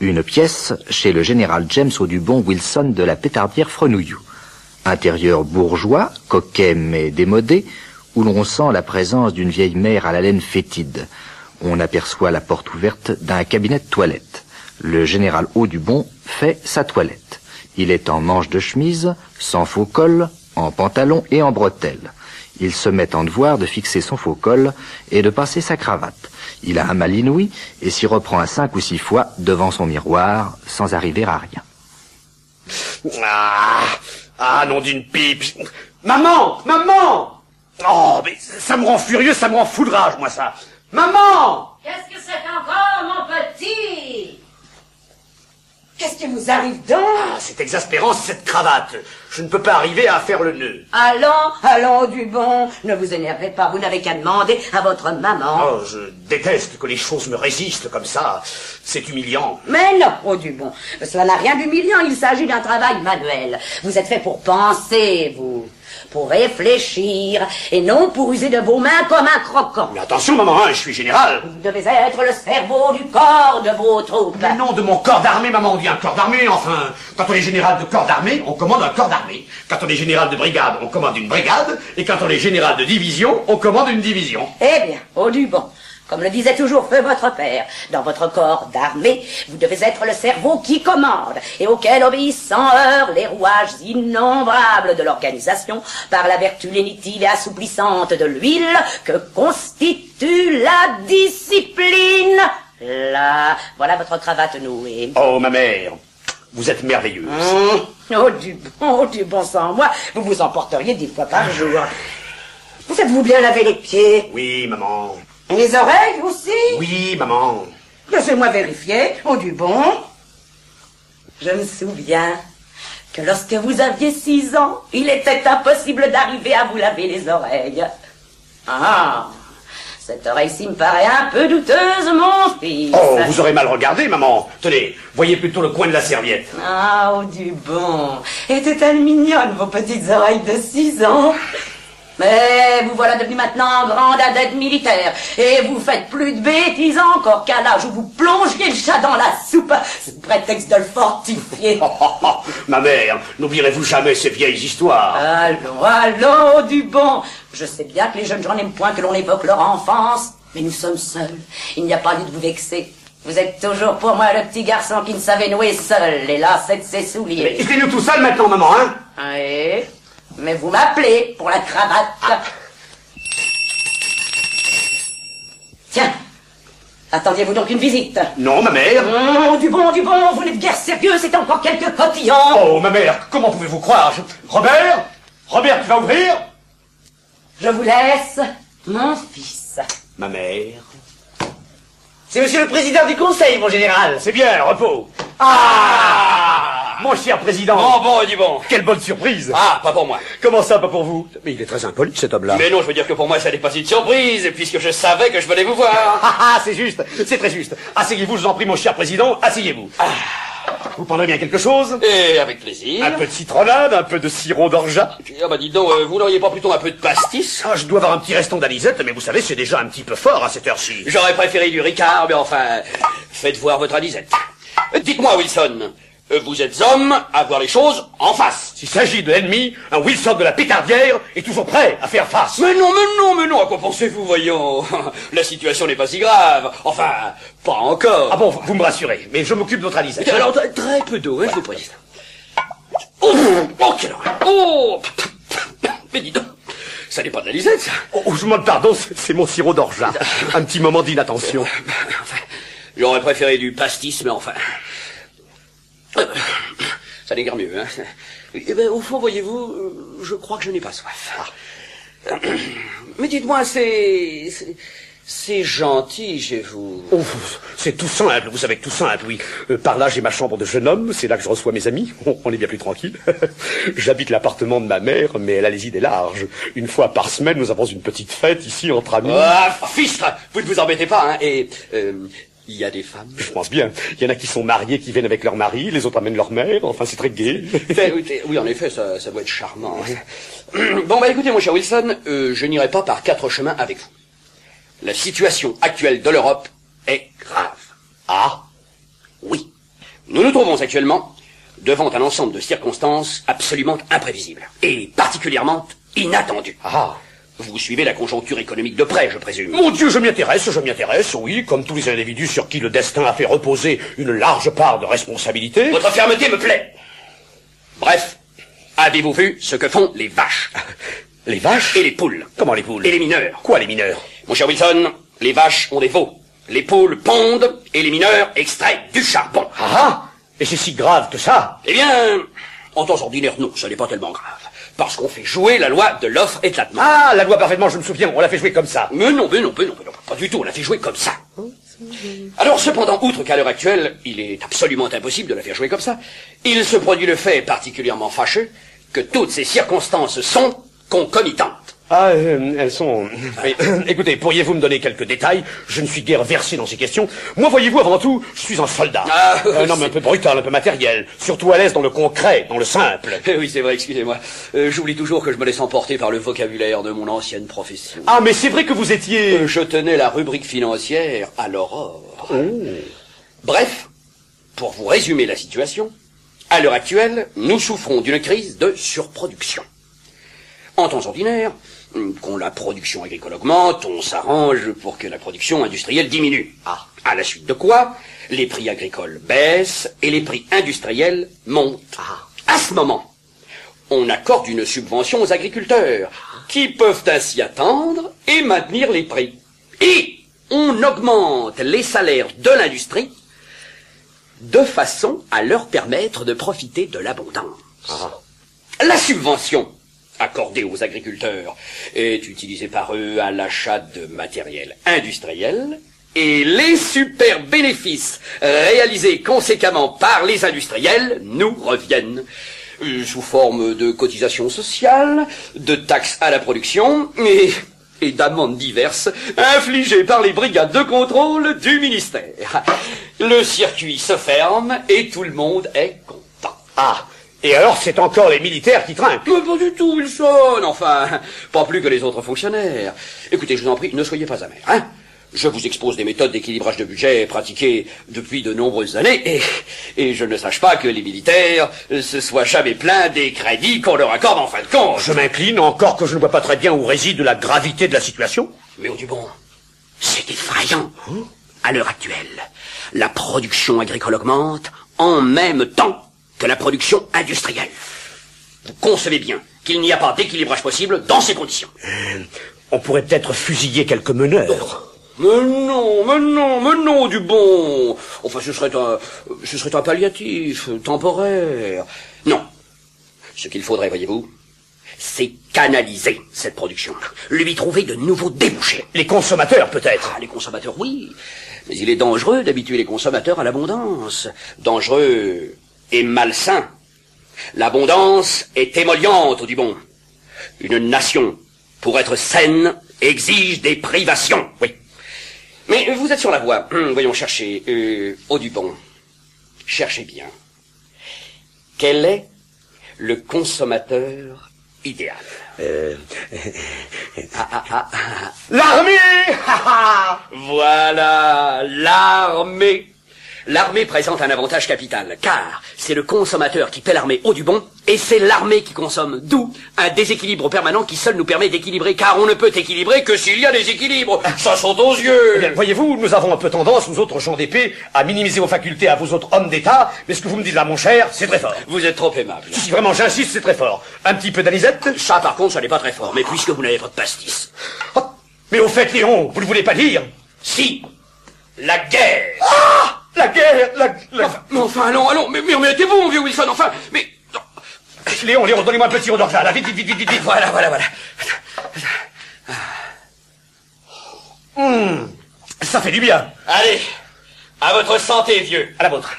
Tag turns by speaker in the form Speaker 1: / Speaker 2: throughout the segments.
Speaker 1: Une pièce chez le général James Audubon Wilson de la pétardière Frenouillou. Intérieur bourgeois, coquet mais démodé, où l'on sent la présence d'une vieille mère à la laine fétide. On aperçoit la porte ouverte d'un cabinet de toilette. Le général Audubon fait sa toilette. Il est en manche de chemise, sans faux col, en pantalon et en bretelles. Il se met en devoir de fixer son faux col et de passer sa cravate. Il a un mal inouï et s'y reprend à cinq ou six fois devant son miroir sans arriver à rien.
Speaker 2: Ah, ah nom d'une pipe Maman Maman Oh, mais ça me rend furieux, ça me rend foudrage, moi, ça Maman
Speaker 3: Qu'est-ce que c'est encore, mon petit
Speaker 4: Qu'est-ce qui vous arrive donc
Speaker 2: Ah, C'est exaspérant, cette cravate Je ne peux pas arriver à faire le nœud
Speaker 4: Allons, allons du bon. Ne vous énervez pas, vous n'avez qu'à demander à votre maman.
Speaker 2: Oh, je déteste que les choses me résistent comme ça C'est humiliant
Speaker 4: Mais non, oh du bon. Cela n'a rien d'humiliant, il s'agit d'un travail manuel. Vous êtes fait pour penser, vous. Pour réfléchir, et non pour user de vos mains comme un croquant.
Speaker 2: Mais attention, maman, hein, je suis général
Speaker 4: Vous devez être le cerveau du corps de vos troupes.
Speaker 2: Le nom de mon corps d'armée, maman, on dit un corps d'armée, enfin. Quand on est général de corps d'armée, on commande un corps d'armée. Quand on est général de brigade, on commande une brigade. Et quand on est général de division, on commande une division.
Speaker 4: Eh bien, au du bon. Comme le disait toujours feu votre père, dans votre corps d'armée, vous devez être le cerveau qui commande et auquel obéissent sans heurts les rouages innombrables de l'organisation par la vertu lénitive et assouplissante de l'huile que constitue la discipline. Là, voilà votre cravate nouée.
Speaker 2: Oh, ma mère, vous êtes merveilleuse. Hmm.
Speaker 4: Mmh. Oh du bon, oh, du bon sang, moi, vous vous en porteriez dix fois par jour. Vous êtes-vous bien lavé les pieds
Speaker 2: Oui, maman.
Speaker 4: et les oreilles aussi
Speaker 2: Oui, maman.
Speaker 4: Laissez-moi vérifier. Oh, du bon. Je me souviens que lorsque vous aviez six ans, il était impossible d'arriver à vous laver les oreilles. Ah, cette oreille-ci me paraît un peu douteuse, mon fils.
Speaker 2: Oh, vous aurez mal regardé, maman. Tenez, voyez plutôt le coin de la serviette.
Speaker 4: Ah, oh, du bon. Étaient-elles mignonnes, vos petites oreilles de six ans mais vous voilà devenu maintenant grande adepte militaire, et vous faites plus de bêtises encore qu'à l'âge où vous plongiez le chat dans la soupe, sous prétexte de le fortifier.
Speaker 2: Oh, oh, oh, ma mère, n'oublierez-vous jamais ces vieilles histoires
Speaker 4: Allons, allons, oh, du bon. Je sais bien que les jeunes gens n'aiment point que l'on évoque leur enfance, mais nous sommes seuls. Il n'y a pas lieu de vous vexer. Vous êtes toujours pour moi le petit garçon qui ne savait nouer seul les lacets de ses
Speaker 2: Mais
Speaker 4: souliers.
Speaker 2: Quittez-nous tout seul maintenant, maman, hein
Speaker 4: Oui, mais vous m'appelez pour la cravate.
Speaker 2: Ah.
Speaker 4: Tiens, attendiez-vous donc une visite.
Speaker 2: Non, ma mère.
Speaker 4: Oh, du bon, du bon, vous n'êtes guère sérieux, c'est encore quelques cotillons.
Speaker 2: Oh, ma mère, comment pouvez-vous croire Je- Robert Robert, tu vas ouvrir
Speaker 4: Je vous laisse, mon fils.
Speaker 2: Ma mère.
Speaker 5: C'est monsieur le président du conseil, mon général.
Speaker 2: C'est bien, repos. Ah Mon cher président
Speaker 6: Bon, Oh, bon, dis bon.
Speaker 2: Quelle bonne surprise
Speaker 6: Ah, pas pour moi.
Speaker 2: Comment ça, pas pour vous Mais il est très impoli, cet homme-là.
Speaker 6: Mais non, je veux dire que pour moi, ça n'est pas une surprise, puisque je savais que je venais vous voir.
Speaker 2: Ah, ah, c'est juste, c'est très juste. Asseyez-vous, je vous en prie, mon cher président, asseyez-vous. Vous prendrez bien quelque chose
Speaker 6: Ah. Et avec plaisir.
Speaker 2: Un peu de citronnade, un peu de sirop d'orgeat
Speaker 6: Ah bah dis donc, euh, vous n'auriez pas plutôt un peu de pastis
Speaker 2: Ah, je dois avoir un petit restant d'alisette, mais vous savez, c'est déjà un petit peu fort à cette heure-ci.
Speaker 6: J'aurais préféré du Ricard, mais enfin, faites voir votre Alizette. Euh, Dites-moi, Wilson, euh, vous êtes homme à voir les choses en face.
Speaker 2: S'il s'agit de l'ennemi, un Wilson de la pétardière est toujours prêt à faire face.
Speaker 6: Mais non, mais non, mais non, à quoi pensez-vous, voyons La situation n'est pas si grave. Enfin, pas encore.
Speaker 2: Ah bon, vous me rassurez, mais je m'occupe de votre alisette.
Speaker 6: Alors, très- très peu d'eau, hein, je vous prie. Oh, oh, quelle horreur. Oh, mais dis donc, ça n'est pas de la lisette, ça. Ah.
Speaker 2: Oh, je vous demande pardon, c'est c'est mon sirop d'orgeat. Un petit moment d'inattention.
Speaker 6: Enfin, j'aurais préféré du pastis, mais enfin. Euh, Ça n'est guère mieux, hein. Eh ben, au fond, voyez-vous, euh, je crois que je n'ai pas soif. Mais dites-moi, c'est. c'est- C'est gentil chez vous.
Speaker 2: Oh, c'est tout simple, vous savez que tout simple, oui. Euh, par là, j'ai ma chambre de jeune homme, c'est là que je reçois mes amis, on, on est bien plus tranquille. J'habite l'appartement de ma mère, mais elle a les idées larges. Une fois par semaine, nous avons une petite fête ici entre amis.
Speaker 6: Ah, fistre Vous ne vous embêtez pas, hein. Et. euh, Il y a des femmes.
Speaker 2: Je pense bien. Il y en a qui sont mariés, qui viennent avec leur mari, les autres amènent leur mère, enfin c'est très gai.
Speaker 6: Fait- oui, t'es- oui, en effet, ça, ça doit être charmant. Bon, bah écoutez, mon cher Wilson, euh, je n'irai pas par quatre chemins avec vous. La situation actuelle de l'Europe est grave.
Speaker 2: Eh, ah
Speaker 6: Oui,
Speaker 2: Nous nous trouvons actuellement devant un ensemble de circonstances absolument imprévisibles et particulièrement inattendues.
Speaker 1: Ah.
Speaker 2: Vous suivez la conjoncture économique de près, je présume.
Speaker 1: Mon Dieu, je m'y intéresse, je m'y intéresse, oui, comme tous les individus sur qui le destin a fait reposer une large part de responsabilité.
Speaker 2: Votre fermeté me plaît. Bref, avez-vous vu ce que font les vaches
Speaker 1: Les vaches
Speaker 2: et les poules
Speaker 1: Comment les poules
Speaker 2: et les mineurs
Speaker 1: Quoi les mineurs
Speaker 2: Mon cher Wilson, les vaches ont des veaux, les poules pondent et les mineurs extraient du charbon.
Speaker 1: Ah ah Et c'est si grave que ça
Speaker 2: Eh bien, en temps ordinaire, non, ce n'est pas tellement grave. Parce qu'on fait jouer la loi de l'offre et de la demande.
Speaker 1: Ah, la loi parfaitement, je me souviens, on l'a fait jouer comme ça.
Speaker 2: Mais non, mais non, mais non, mais non, pas du tout, on l'a fait jouer comme ça. Alors cependant, outre qu'à l'heure actuelle, il est absolument impossible de la faire jouer comme ça, il se produit le fait particulièrement fâcheux que toutes ces circonstances sont concomitantes.
Speaker 1: Ah, euh, elles sont... Oui. Écoutez, pourriez-vous me donner quelques détails Je ne suis guère versé dans ces questions. Moi, voyez-vous, avant tout, je suis un soldat.
Speaker 2: Ah,
Speaker 1: Euh, non,
Speaker 2: c'est-
Speaker 1: mais un peu brutal, un peu matériel. Surtout à l'aise dans le concret, dans le simple.
Speaker 2: Eh oui, c'est vrai, excusez-moi. Euh, J'oublie toujours que je me laisse emporter par le vocabulaire de mon ancienne profession.
Speaker 1: Ah, mais c'est vrai que vous étiez... Oh.
Speaker 2: Euh, Je tenais la rubrique financière à l'aurore. Bref, pour vous résumer la situation, à l'heure actuelle, nous souffrons d'une crise de surproduction. En temps ordinaire, hum, quand la production agricole augmente, on s'arrange pour que la production industrielle diminue. Ah, à la suite de quoi, les prix agricoles baissent et les prix industriels montent. À ce moment, on accorde une subvention aux agriculteurs, qui peuvent ainsi attendre et maintenir les prix. Et on augmente les salaires de l'industrie de façon à leur permettre de profiter de l'abondance. La subvention accordée aux agriculteurs est utilisée par eux à l'achat de matériel industriel et les super bénéfices réalisés conséquemment par les industriels nous reviennent euh, sous forme de cotisations sociales, de taxes à la production et, et d'amendes diverses infligées par les brigades de contrôle du ministère. Le circuit se ferme et tout le monde est content.
Speaker 1: Ah, et alors c'est encore les militaires qui trinquent.
Speaker 2: Mais pas du tout, Wilson, enfin, pas plus que les autres fonctionnaires. Écoutez, je vous en prie, ne soyez pas amer, hein. Je vous expose des méthodes d'équilibrage de budget pratiquées depuis de nombreuses années, et, et je ne sache pas que les militaires euh, se soient jamais plaints des crédits qu'on leur accorde en fin de compte.
Speaker 1: Je m'incline, encore que je ne vois pas très bien où réside la gravité de la situation.
Speaker 2: Mais du bon, c'est effrayant. À l'heure actuelle, la production agricole augmente en même temps que la production industrielle. Vous concevez bien qu'il n'y a pas d'équilibrage possible dans ces conditions.
Speaker 1: On pourrait peut-être fusiller quelques meneurs.
Speaker 2: Mais non, mais non, mais non, du bon. Enfin, ce serait un, ce serait un palliatif, euh, temporaire. Non. Ce qu'il faudrait, voyez-vous, c'est canaliser cette production, lui trouver de nouveaux débouchés.
Speaker 1: Les consommateurs peut-être.
Speaker 2: Ah, les consommateurs, oui. Mais il est dangereux d'habituer les consommateurs à l'abondance. Dangereux et malsain. L'abondance est émolliente, du bon. Une nation, pour être saine, exige des privations. Oui. Mais euh, vous êtes sur la voie. Hum, voyons chercher. Euh, au Dubon. Cherchez bien. Quel est le consommateur idéal Ah, ah, ah, ah.
Speaker 1: L'armée
Speaker 2: Voilà l'armée. L'armée présente un avantage capital, car c'est le consommateur qui paie l'armée au du bon, et c'est l'armée qui consomme, d'où un déséquilibre permanent qui seul nous permet d'équilibrer, car on ne peut équilibrer que s'il y a des équilibres. Ça saute aux
Speaker 1: Eh bien,
Speaker 2: yeux.
Speaker 1: voyez-vous, nous avons un peu tendance, nous autres gens d'épée, à minimiser vos facultés à vos autres hommes d'État, mais ce que vous me dites là, mon cher, c'est très fort.
Speaker 2: Vous êtes trop aimable.
Speaker 1: Si vraiment j'insiste, c'est très fort. Un petit peu d'anisette
Speaker 2: Ça, par contre, ça n'est pas très fort, mais puisque vous n'avez pas de pastis.
Speaker 1: Oh, Mais au fait, Léon, vous ne voulez pas dire
Speaker 2: Si, la guerre.
Speaker 1: Ah La guerre, la... la-
Speaker 2: Mais enfin, allons, allons, mais, mais remettez-vous, mon vieux Wilson, enfin, mais...
Speaker 1: Léon, Léon, donnez-moi un petit rondor là, là, vite, vite, vite, vite, vite, vite.
Speaker 2: Voilà, voilà, voilà. Hmm.
Speaker 1: Ça fait du bien.
Speaker 2: Allez, à votre santé, vieux.
Speaker 1: À la vôtre.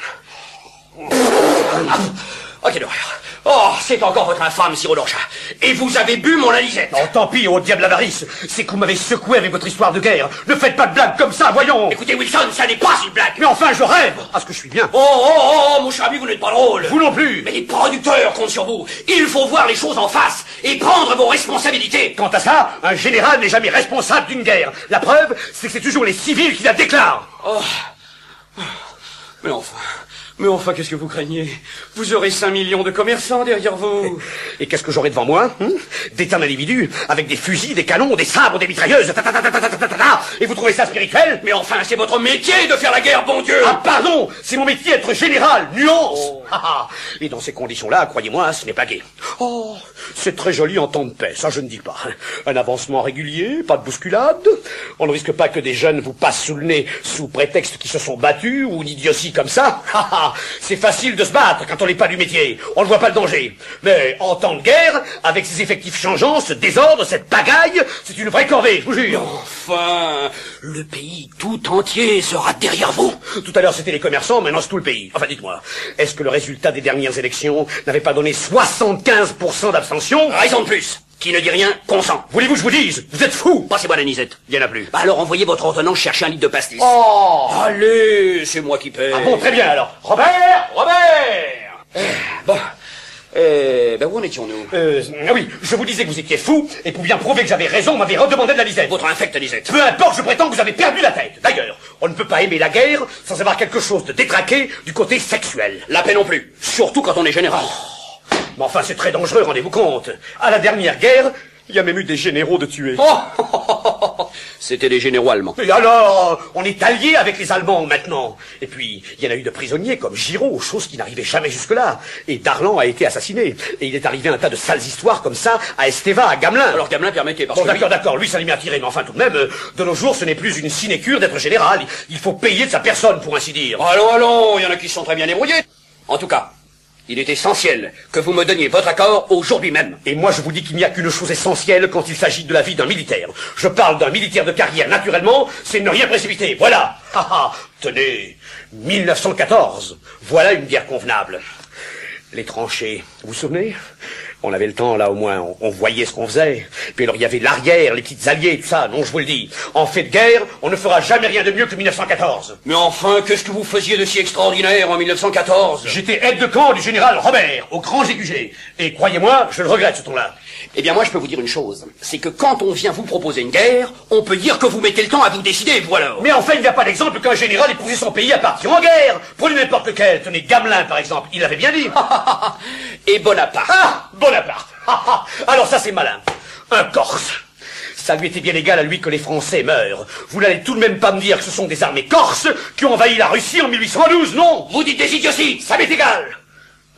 Speaker 2: Oh, quelle horreur Oh, c'est encore votre infâme sirop d'orgeat Et vous avez bu mon anisette
Speaker 1: Oh, tant pis, oh diable avarice C'est que vous m'avez secoué avec votre histoire de guerre Ne faites pas de blagues comme ça, voyons
Speaker 2: Écoutez, Wilson, ça n'est pas une blague
Speaker 1: Mais enfin, je rêve Ah, ce que je suis bien
Speaker 2: Oh, oh, oh, oh, mon cher ami, vous n'êtes pas drôle
Speaker 1: Vous non plus
Speaker 2: Mais les producteurs comptent sur vous Il faut voir les choses en face et prendre vos responsabilités
Speaker 1: Quant à ça, un général n'est jamais responsable d'une guerre. La preuve, c'est que c'est toujours les civils qui la déclarent.
Speaker 2: Oh, mais enfin,
Speaker 6: Mais enfin, qu'est-ce que vous craignez Vous aurez 5 millions de commerçants derrière vous.
Speaker 2: Et qu'est-ce que j'aurai devant moi hein Des tas d'individus, avec des fusils, des canons, des sabres, des mitrailleuses, ta, ta, ta, ta, ta, ta, ta, ta, ta. Et vous trouvez ça spirituel
Speaker 6: Mais enfin, c'est votre métier de faire la guerre, bon Dieu
Speaker 2: Ah pardon, c'est mon métier d'être général, nuance Ah, ah. Et dans ces conditions-là, croyez-moi, ce n'est pas gai. Oh, c'est très joli en temps de paix, ça je ne dis pas. hein. Un avancement régulier, pas de bousculade. On ne risque pas que des jeunes vous passent sous le nez sous prétexte qu'ils se sont battus ou une idiotie comme ça. Ah, ah. C'est facile de se battre quand on n'est pas du métier, on ne voit pas le danger. Mais en temps de guerre, avec ces effectifs changeants, ce désordre, cette pagaille, c'est une vraie corvée, je vous jure.
Speaker 6: Enfin, le pays tout entier sera derrière vous.
Speaker 2: Tout à l'heure, c'était les commerçants, maintenant c'est tout le pays. Enfin, dites-moi, est-ce que le résultat des dernières élections n'avait pas donné 75% d'abstention
Speaker 6: Raison de plus. Qui ne dit rien, consent.
Speaker 2: Voulez-vous que je vous dise Vous êtes fou
Speaker 6: Passez-moi la nisette.
Speaker 2: Il n'y en a plus.
Speaker 6: Bah alors envoyez votre ordonnance chercher un litre de pastis.
Speaker 2: Oh
Speaker 6: Allez, c'est moi qui paie.
Speaker 2: Ah bon, très bien alors. Robert Robert
Speaker 6: Bon. Eh, ben où en étions-nous
Speaker 2: euh, ah oui, je vous disais que vous étiez fou, et pour bien prouver que j'avais raison, on m'avait redemandé de la lisette.
Speaker 6: Votre infect, disette.
Speaker 2: Peu importe, je prétends que vous avez perdu la tête. D'ailleurs, on ne peut pas aimer la guerre sans avoir quelque chose de détraqué du côté sexuel. Oh,
Speaker 6: La paix non plus. Surtout quand on est général.
Speaker 2: Mais enfin, c'est très dangereux, rendez-vous compte. À la dernière guerre, il y a même eu des généraux de tués.
Speaker 6: Oh C'était des généraux allemands.
Speaker 2: Et alors, on est alliés avec les Allemands maintenant. Et puis, il y en a eu de prisonniers comme Giraud, chose qui n'arrivait jamais jusque-là. Et Darlan a été assassiné. Et il est arrivé un tas de sales histoires comme ça à Esteva, à Gamelin.
Speaker 6: Alors Gamelin, permettez, parce
Speaker 2: Bon,
Speaker 6: que...
Speaker 2: d'accord, d'accord, lui, ça lui met à tirer, mais enfin, tout de même, euh, de nos jours, ce n'est plus une sinécure d'être général. Il faut payer de sa personne, pour ainsi dire.
Speaker 6: Allons, allons, il y en a qui se sont très bien débrouillés. En tout cas, il est essentiel que vous me donniez votre accord aujourd'hui même.
Speaker 2: Et moi, je vous dis qu'il n'y a qu'une chose essentielle quand il s'agit de la vie d'un militaire. Je parle d'un militaire de carrière, naturellement, c'est ne rien précipiter. Voilà. Ah, ah, tenez, 1914. Voilà une guerre convenable. Les tranchées, vous vous souvenez On avait le temps, là, au moins, on, on voyait ce qu'on faisait. Puis alors, il y avait l'arrière, les petites alliées, tout ça, non, je vous le dis. En fait de guerre, on ne fera jamais rien de mieux que 1914.
Speaker 6: Mais enfin, qu'est-ce que vous faisiez de si extraordinaire en 1914
Speaker 2: J'étais aide de camp du général Robert, au grand GQG. Et croyez-moi, je le regrette, ce ton-là.
Speaker 6: Eh bien, moi, je peux vous dire une chose. C'est que quand on vient vous proposer une guerre, on peut dire que vous mettez le temps à vous décider, vous alors.
Speaker 2: Mais enfin, il n'y a pas d'exemple qu'un général ait poussé son pays à partir en guerre. Prenez n'importe lequel. Tenez Gamelin, par exemple. Il l'avait bien dit.
Speaker 6: Ah, Et Bonaparte.
Speaker 2: Ah, Bonaparte. Ah, ah. Alors ça, c'est malin. Un Corse. Ça lui était bien égal à lui que les Français meurent. Vous n'allez tout de même pas me dire que ce sont des armées corses qui ont envahi la Russie en 1812, non
Speaker 6: Vous dites des idioties
Speaker 2: Ça m'est égal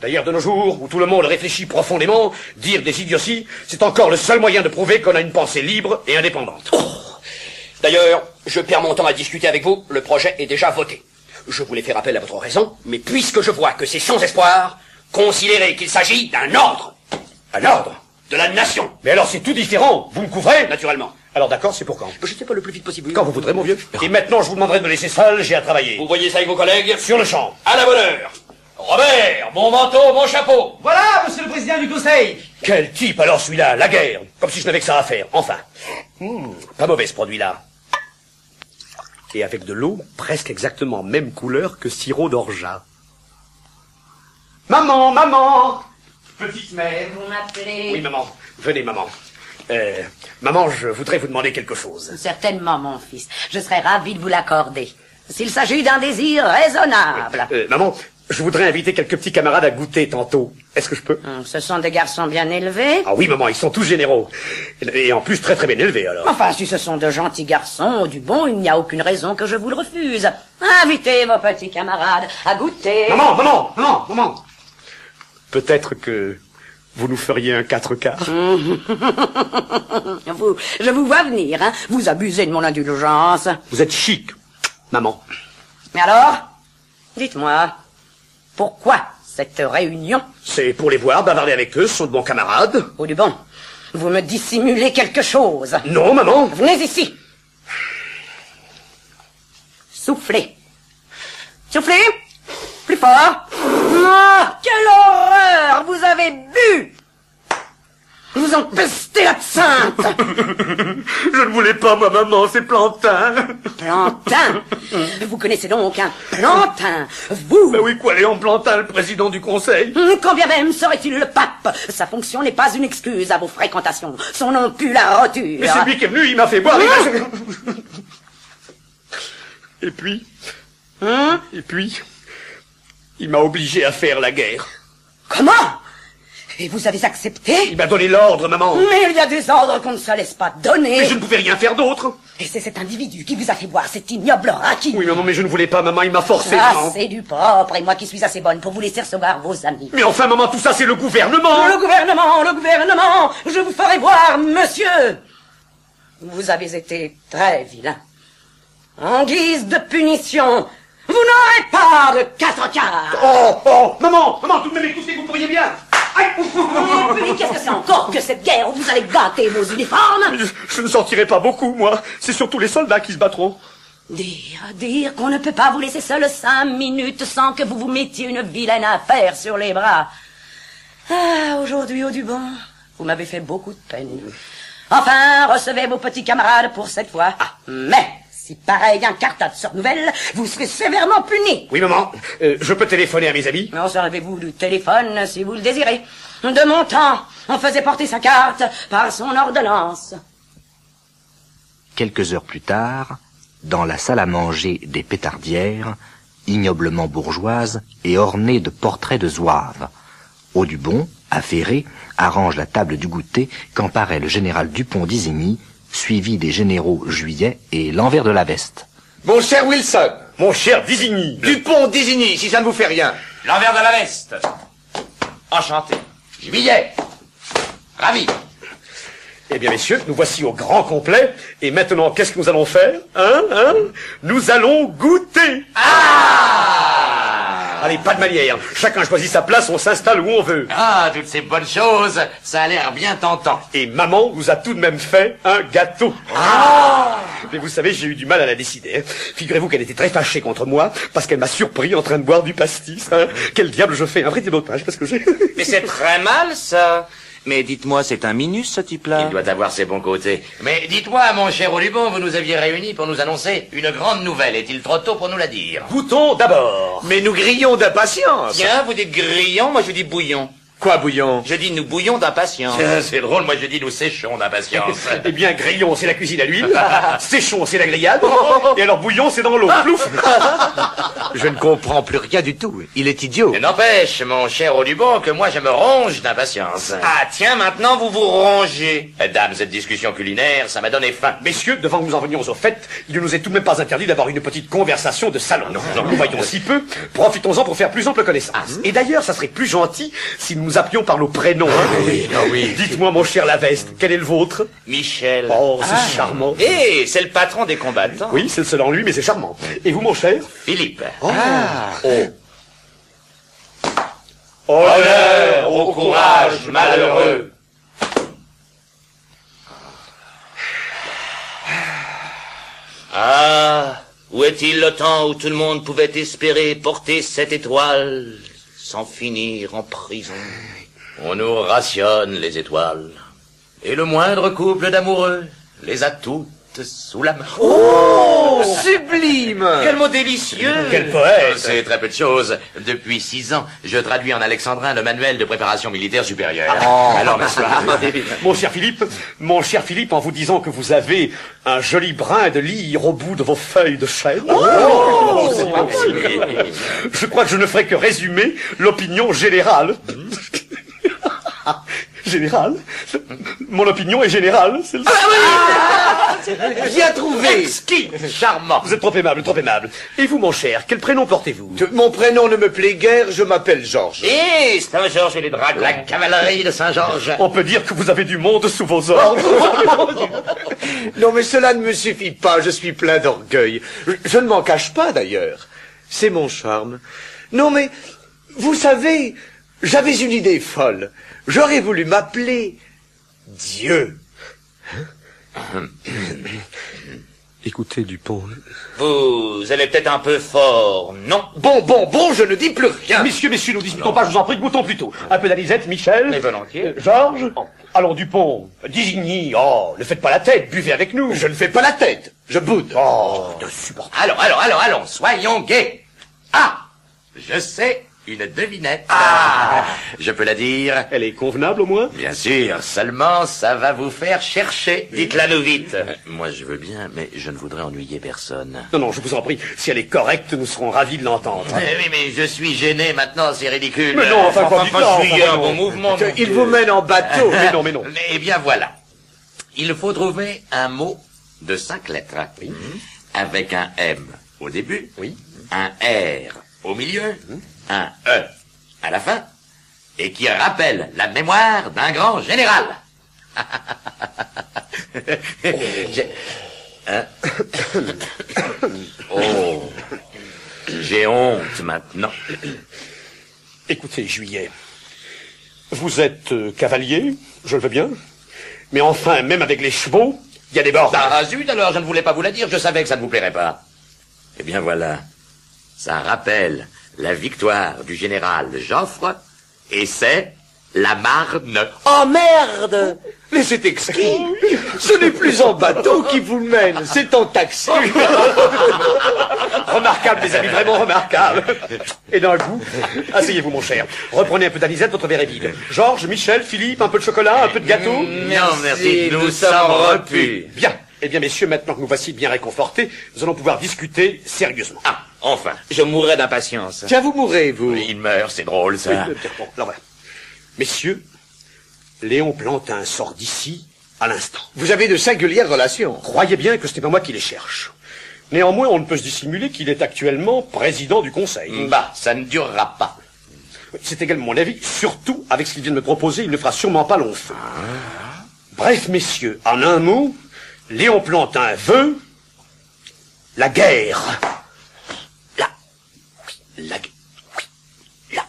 Speaker 2: D'ailleurs, de nos jours, où tout le monde réfléchit profondément, dire des idioties, c'est encore le seul moyen de prouver qu'on a une pensée libre et indépendante.
Speaker 6: Oh D'ailleurs, je perds mon temps à discuter avec vous, le projet est déjà voté. Je voulais faire appel à votre raison, mais puisque je vois que c'est sans espoir, considérez qu'il s'agit d'un ordre.
Speaker 2: Un ordre
Speaker 6: De la nation,
Speaker 2: Mais alors, c'est tout différent Vous me couvrez
Speaker 6: naturellement.
Speaker 2: Alors d'accord, c'est pour quand
Speaker 6: Je ne sais pas le plus vite possible. oui.
Speaker 2: Quand vous voudrez, mon vieux. Et maintenant, je vous demanderai de me laisser seul, j'ai à travailler.
Speaker 6: Vous voyez ça avec vos collègues
Speaker 2: Sur le champ.
Speaker 6: À la bonne heure. Robert, mon manteau, mon chapeau.
Speaker 5: Voilà, monsieur le président du conseil
Speaker 2: Quel type alors celui-là La guerre Comme si je n'avais que ça à faire, enfin. Hmm, pas mauvais ce produit-là. Et avec de l'eau presque exactement même couleur que sirop d'orgeat. Maman, maman
Speaker 5: Petite mère.
Speaker 3: Vous m'appelez
Speaker 2: Oui, maman. Venez, maman. Euh, maman, je voudrais vous demander quelque chose.
Speaker 4: Certainement, mon fils. Je serais ravi de vous l'accorder. S'il s'agit d'un désir raisonnable.
Speaker 2: Euh, maman, je voudrais inviter quelques petits camarades à goûter tantôt. Est-ce que je peux
Speaker 4: Hum, Ce sont des garçons bien élevés.
Speaker 2: Ah oui, maman, ils sont tous généraux. Et en plus, très très bien élevés, alors.
Speaker 4: Enfin, si ce sont de gentils garçons ou du bon, il n'y a aucune raison que je vous le refuse. Invitez vos petits camarades à goûter.
Speaker 2: Maman, maman, maman, maman. Peut-être que vous nous feriez un quatre quarts.
Speaker 4: Mhm. Vous, je vous vois venir, hein. Vous abusez de mon indulgence.
Speaker 2: Vous êtes chic, maman.
Speaker 4: Mais alors Dites-moi, pourquoi cette réunion
Speaker 2: C'est pour les voir, bavarder avec eux, ce sont de bons camarades.
Speaker 4: Ou du bon, vous me dissimulez quelque chose.
Speaker 2: Non, maman.
Speaker 4: Venez ici. Soufflez. Soufflez. Plus fort. Ah, quelle horreur Vous avez bu Vous empestez l'absinthe
Speaker 2: Je ne voulais pas, ma maman, c'est plantain.
Speaker 4: Plantain Vous connaissez donc un plantain Vous
Speaker 2: oui, quoi, Léon Plantain, le président du conseil.
Speaker 4: Hum, Quand bien même serait-il le pape, sa fonction n'est pas une excuse à vos fréquentations. Son nom pue la roture.
Speaker 2: Mais c'est lui qui est venu, il m'a fait boire. il
Speaker 4: Hein
Speaker 2: m'a- Et puis,
Speaker 4: Hum,
Speaker 2: et puis, Il m'a obligé à faire la guerre.
Speaker 4: Comment Et vous avez accepté
Speaker 2: Il m'a donné l'ordre, maman.
Speaker 4: Mais il y a des ordres qu'on ne se laisse pas donner.
Speaker 2: Mais je ne pouvais rien faire d'autre.
Speaker 4: Et c'est cet individu qui vous a fait boire cet ignoble raki.
Speaker 2: Oui, maman, mais je ne voulais pas, maman, il m'a forcé,
Speaker 4: Ah,
Speaker 2: maman.
Speaker 4: c'est du propre, et moi qui suis assez bonne pour vous laisser recevoir vos amis.
Speaker 2: Mais enfin, maman, tout ça, c'est le gouvernement.
Speaker 4: Le gouvernement, le gouvernement, je vous ferai voir, monsieur. Vous avez été très vilain. En guise de punition, vous n'aurez pas de quatre quarts.
Speaker 2: Oh, oh, maman, maman, tout de même, écoutez, vous pourriez bien. Aïe, ouf, ouf,
Speaker 4: Et puis, qu'est-ce que c'est encore que cette guerre où vous allez gâter vos uniformes
Speaker 2: Je, je ne sortirai pas beaucoup, moi. C'est surtout les soldats qui se battront.
Speaker 4: Dire, dire qu'on ne peut pas vous laisser seul cinq minutes sans que vous vous mettiez une vilaine affaire sur les bras. Ah, aujourd'hui, au du bon, vous m'avez fait beaucoup de peine. Enfin, recevez vos petits camarades pour cette fois. Ah, Mais, si pareil incartade sur nouvelle, vous serez sévèrement punis.
Speaker 2: Oui, maman, euh, je peux téléphoner à mes amis.
Speaker 4: En servez-vous du téléphone si vous le désirez. De mon temps, on faisait porter sa carte par son ordonnance.
Speaker 1: Quelques heures plus tard, dans la salle à manger des pétardières, ignoblement bourgeoise et ornée de portraits de zouaves, Audubon, affairé, arrange la table du goûter quand paraît le général Dupont d'Isigny, suivi des généraux Juillet et l'envers de la veste.
Speaker 5: Mon cher Wilson,
Speaker 2: Mon cher Désigny.
Speaker 5: Dupont désigné, si ça ne vous fait rien.
Speaker 7: L'envers de la veste. Enchanté.
Speaker 5: Juillet, ravi.
Speaker 2: Eh bien, messieurs, nous voici au grand complet. Et maintenant, qu'est-ce que nous allons faire Hein Hein Nous allons goûter Ah Allez, pas de manière. Chacun choisit sa place, on s'installe où on veut.
Speaker 7: Ah, toutes ces bonnes choses, ça a l'air bien tentant.
Speaker 2: Et maman nous a tout de même fait un gâteau.
Speaker 7: Ah!
Speaker 2: Mais vous savez, j'ai eu du mal à la décider. hein. Figurez-vous qu'elle était très fâchée contre moi parce qu'elle m'a surpris en train de boire du pastis. hein. Quel diable je fais Un vrai débotage parce que j'ai...
Speaker 7: Mais c'est très mal, ça. Mais dites-moi, c'est un minus, ce type-là
Speaker 8: Il doit avoir ses bons côtés.
Speaker 9: Mais dites-moi, mon cher Audubon, vous nous aviez réunis pour nous annoncer une grande nouvelle. Est-il trop tôt pour nous la dire
Speaker 2: Goûtons d'abord.
Speaker 5: Mais nous grillons d'impatience.
Speaker 7: Tiens, vous dites grillon, moi je dis bouillon.
Speaker 5: Quoi, bouillon
Speaker 7: Je dis nous bouillons d'impatience.
Speaker 9: Tiens, C'est drôle, moi je dis nous séchons d'impatience.
Speaker 2: Eh bien, grillon, c'est la cuisine à l'huile. Séchon, c'est la grillade. Et alors, bouillon, c'est dans l'eau. Plouf
Speaker 8: Je ne comprends plus rien du tout. Il est idiot.
Speaker 9: Mais n'empêche, mon cher Audubon, que moi je me ronge d'impatience.
Speaker 7: Ah tiens, maintenant vous vous rongez.
Speaker 9: Dame, cette discussion culinaire, ça m'a donné faim.
Speaker 2: Messieurs, devant que nous en venions au fait, il ne nous est tout de même pas interdit d'avoir une petite conversation de salon. Nous en voyons si peu, profitons-en pour faire plus ample connaissance.
Speaker 7: Ah.
Speaker 2: Et d'ailleurs, ça serait plus gentil si nous nous appelions par nos prénoms. hein.
Speaker 7: Ah
Speaker 2: Dites-moi, mon cher Laveste, quel est le vôtre
Speaker 7: Michel.
Speaker 2: Oh, c'est charmant.
Speaker 7: Eh, c'est le patron des combattants.
Speaker 2: Oui, c'est le seul en lui, mais c'est charmant. Et vous, mon cher Oh.
Speaker 9: Philippe.
Speaker 7: Ah.
Speaker 2: Honneur
Speaker 9: au courage malheureux. Ah, où est-il le temps où tout le monde pouvait espérer porter cette étoile sans finir en prison On nous rationne les étoiles. Et le moindre couple d'amoureux les a toutes sous la main.
Speaker 5: Oh,
Speaker 9: Oh!
Speaker 5: Sublime
Speaker 7: Oh Quel mot délicieux.
Speaker 2: Quel poète
Speaker 9: Euh, C'est très peu de choses. Depuis six ans, je traduis en alexandrin le manuel de préparation militaire supérieure.
Speaker 2: Ah,
Speaker 5: Oh.
Speaker 9: Alors, ma soeur.
Speaker 2: Mon cher Philippe, mon cher Philippe, en vous disant que vous avez un joli brin de lyre au bout de vos feuilles de chêne. Oh, c'est pas possible. je crois que je ne ferai que résumer l'opinion générale. générale Mon opinion est générale. c'est le-
Speaker 4: Ah,
Speaker 5: Ah, Bien trouvé
Speaker 9: Exquis, charmant.
Speaker 2: Vous êtes trop aimable, trop aimable. Et vous, mon cher, quel prénom portez-vous
Speaker 5: De- Mon prénom ne me plaît guère, je m'appelle Georges.
Speaker 9: Et Saint-Georges et les dragons. La cavalerie de Saint-Georges.
Speaker 2: On peut dire que vous avez du monde sous vos ordres.
Speaker 5: Non, mais cela ne me suffit pas, je suis plein d'orgueil. Je, je ne m'en cache pas, d'ailleurs. C'est mon charme. Non, mais, vous savez, j'avais une idée folle. J'aurais voulu m'appeler Dieu. Écoutez, Dupont.
Speaker 7: Vous allez peut-être un peu fort, non
Speaker 5: Bon, bon, bon, je ne dis plus rien.
Speaker 2: Messieurs, messieurs, nous discutons pas, je vous en prie, goûtons plutôt. Un peu d'alisette, Michel.
Speaker 7: Mais volontiers.
Speaker 2: Euh, Georges. Allons, Dupont. Désigny. Oh, ne faites pas la tête, buvez avec nous.
Speaker 5: Je ne fais pas la tête. Je boude.
Speaker 2: Oh.
Speaker 9: Allons, allons, allons, allons, soyons gais. Ah, je sais Une devinette. Ah Je peux la dire
Speaker 2: Elle est convenable au moins
Speaker 9: Bien sûr, seulement ça va vous faire chercher. Dites-la nous vite. Euh, Moi je veux bien, mais je ne voudrais ennuyer personne.
Speaker 2: Non, non, je vous en prie. Si elle est correcte, nous serons ravis de l'entendre.
Speaker 9: Eh oui, mais je suis gêné maintenant, c'est ridicule.
Speaker 2: Mais non, enfin, quoi,
Speaker 9: enfin,
Speaker 2: dites
Speaker 9: je suis
Speaker 2: donc, enfin,
Speaker 9: un
Speaker 2: non.
Speaker 9: bon mouvement. mon
Speaker 5: Il
Speaker 9: Dieu.
Speaker 5: vous mène en bateau.
Speaker 2: Mais non, mais non.
Speaker 9: Eh bien voilà. Il faut trouver un mot de cinq lettres. Avec un M au début. Un R au milieu. Un E à la fin. Et qui rappelle la mémoire d'un grand général. J'ai- Hein oh. J'ai honte maintenant.
Speaker 2: Écoutez, Juillet, vous êtes euh, cavalier, je le veux bien, mais enfin, même avec les chevaux, il y a des bornes.
Speaker 9: Ah zut alors, je ne voulais pas vous la dire, je savais que ça ne vous plairait pas. Eh bien voilà, ça rappelle la victoire du général Joffre, et c'est la Marne.
Speaker 5: Oh merde Mais c'est exquis Ce n'est plus en bateau qui vous mène, c'est en taxi
Speaker 2: Remarquable, les amis, vraiment remarquable. Et d'un coup, asseyez-vous, mon cher. Reprenez un peu d'anisette, votre verre est vide. Georges, Michel, Philippe, un peu de chocolat, un peu de gâteau.
Speaker 9: non, Mm, merci, nous sommes repus.
Speaker 2: Bien. Eh bien, messieurs, maintenant que nous voici bien réconfortés, nous allons pouvoir discuter sérieusement.
Speaker 9: Ah, enfin,
Speaker 7: Je mourrais d'impatience.
Speaker 5: Tiens, vous mourrez, vous
Speaker 9: il meurt, c'est drôle
Speaker 5: Ah.
Speaker 9: ça.
Speaker 2: Bon, alors voilà. Messieurs, Léon Plantin sort d'ici à l'instant.
Speaker 5: Vous avez de singulières relations.
Speaker 2: Croyez bien que ce n'est pas moi qui les cherche. Néanmoins, on ne peut se dissimuler qu'il est actuellement président du Conseil.
Speaker 9: Bah, ça ne durera pas.
Speaker 2: C'est également mon avis. Surtout, avec ce qu'il vient de me proposer, il ne fera sûrement pas long feu. Bref, messieurs, en un mot, Léon Plantin veut la guerre. La... oui, La... gue- oui, la...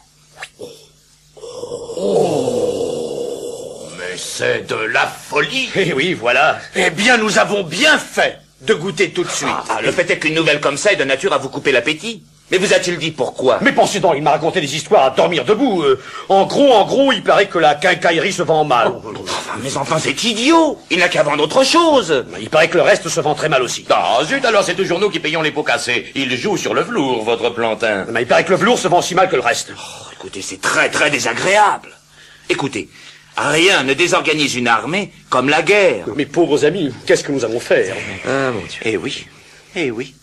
Speaker 9: Mais c'est de la folie.
Speaker 2: Eh oui, voilà.
Speaker 8: Eh bien, nous avons bien fait de goûter tout de suite.
Speaker 7: Ah, le fait est qu'une nouvelle comme ça est de nature à vous couper l'appétit. Mais vous a-t-il dit pourquoi
Speaker 2: Mais pensez donc, il m'a raconté des histoires à dormir debout. euh. en gros, en gros, il paraît que la quincaillerie se vend mal.
Speaker 7: Oh, Enfin, mais enfin, c'est idiot Il n'a qu'à vendre autre chose
Speaker 2: Il paraît que le reste se vend très mal aussi.
Speaker 9: Ah zut, alors c'est toujours nous qui payons les pots cassés. Il joue sur le velours, votre plantain.
Speaker 2: Mais il paraît que le velours se vend si mal que le reste.
Speaker 7: Oh, Écoutez, c'est très très désagréable. Écoutez, rien ne désorganise une armée comme la guerre.
Speaker 2: Mes pauvres amis, qu'est-ce que nous allons faire
Speaker 9: Ah mon Dieu.
Speaker 7: Eh oui, eh oui.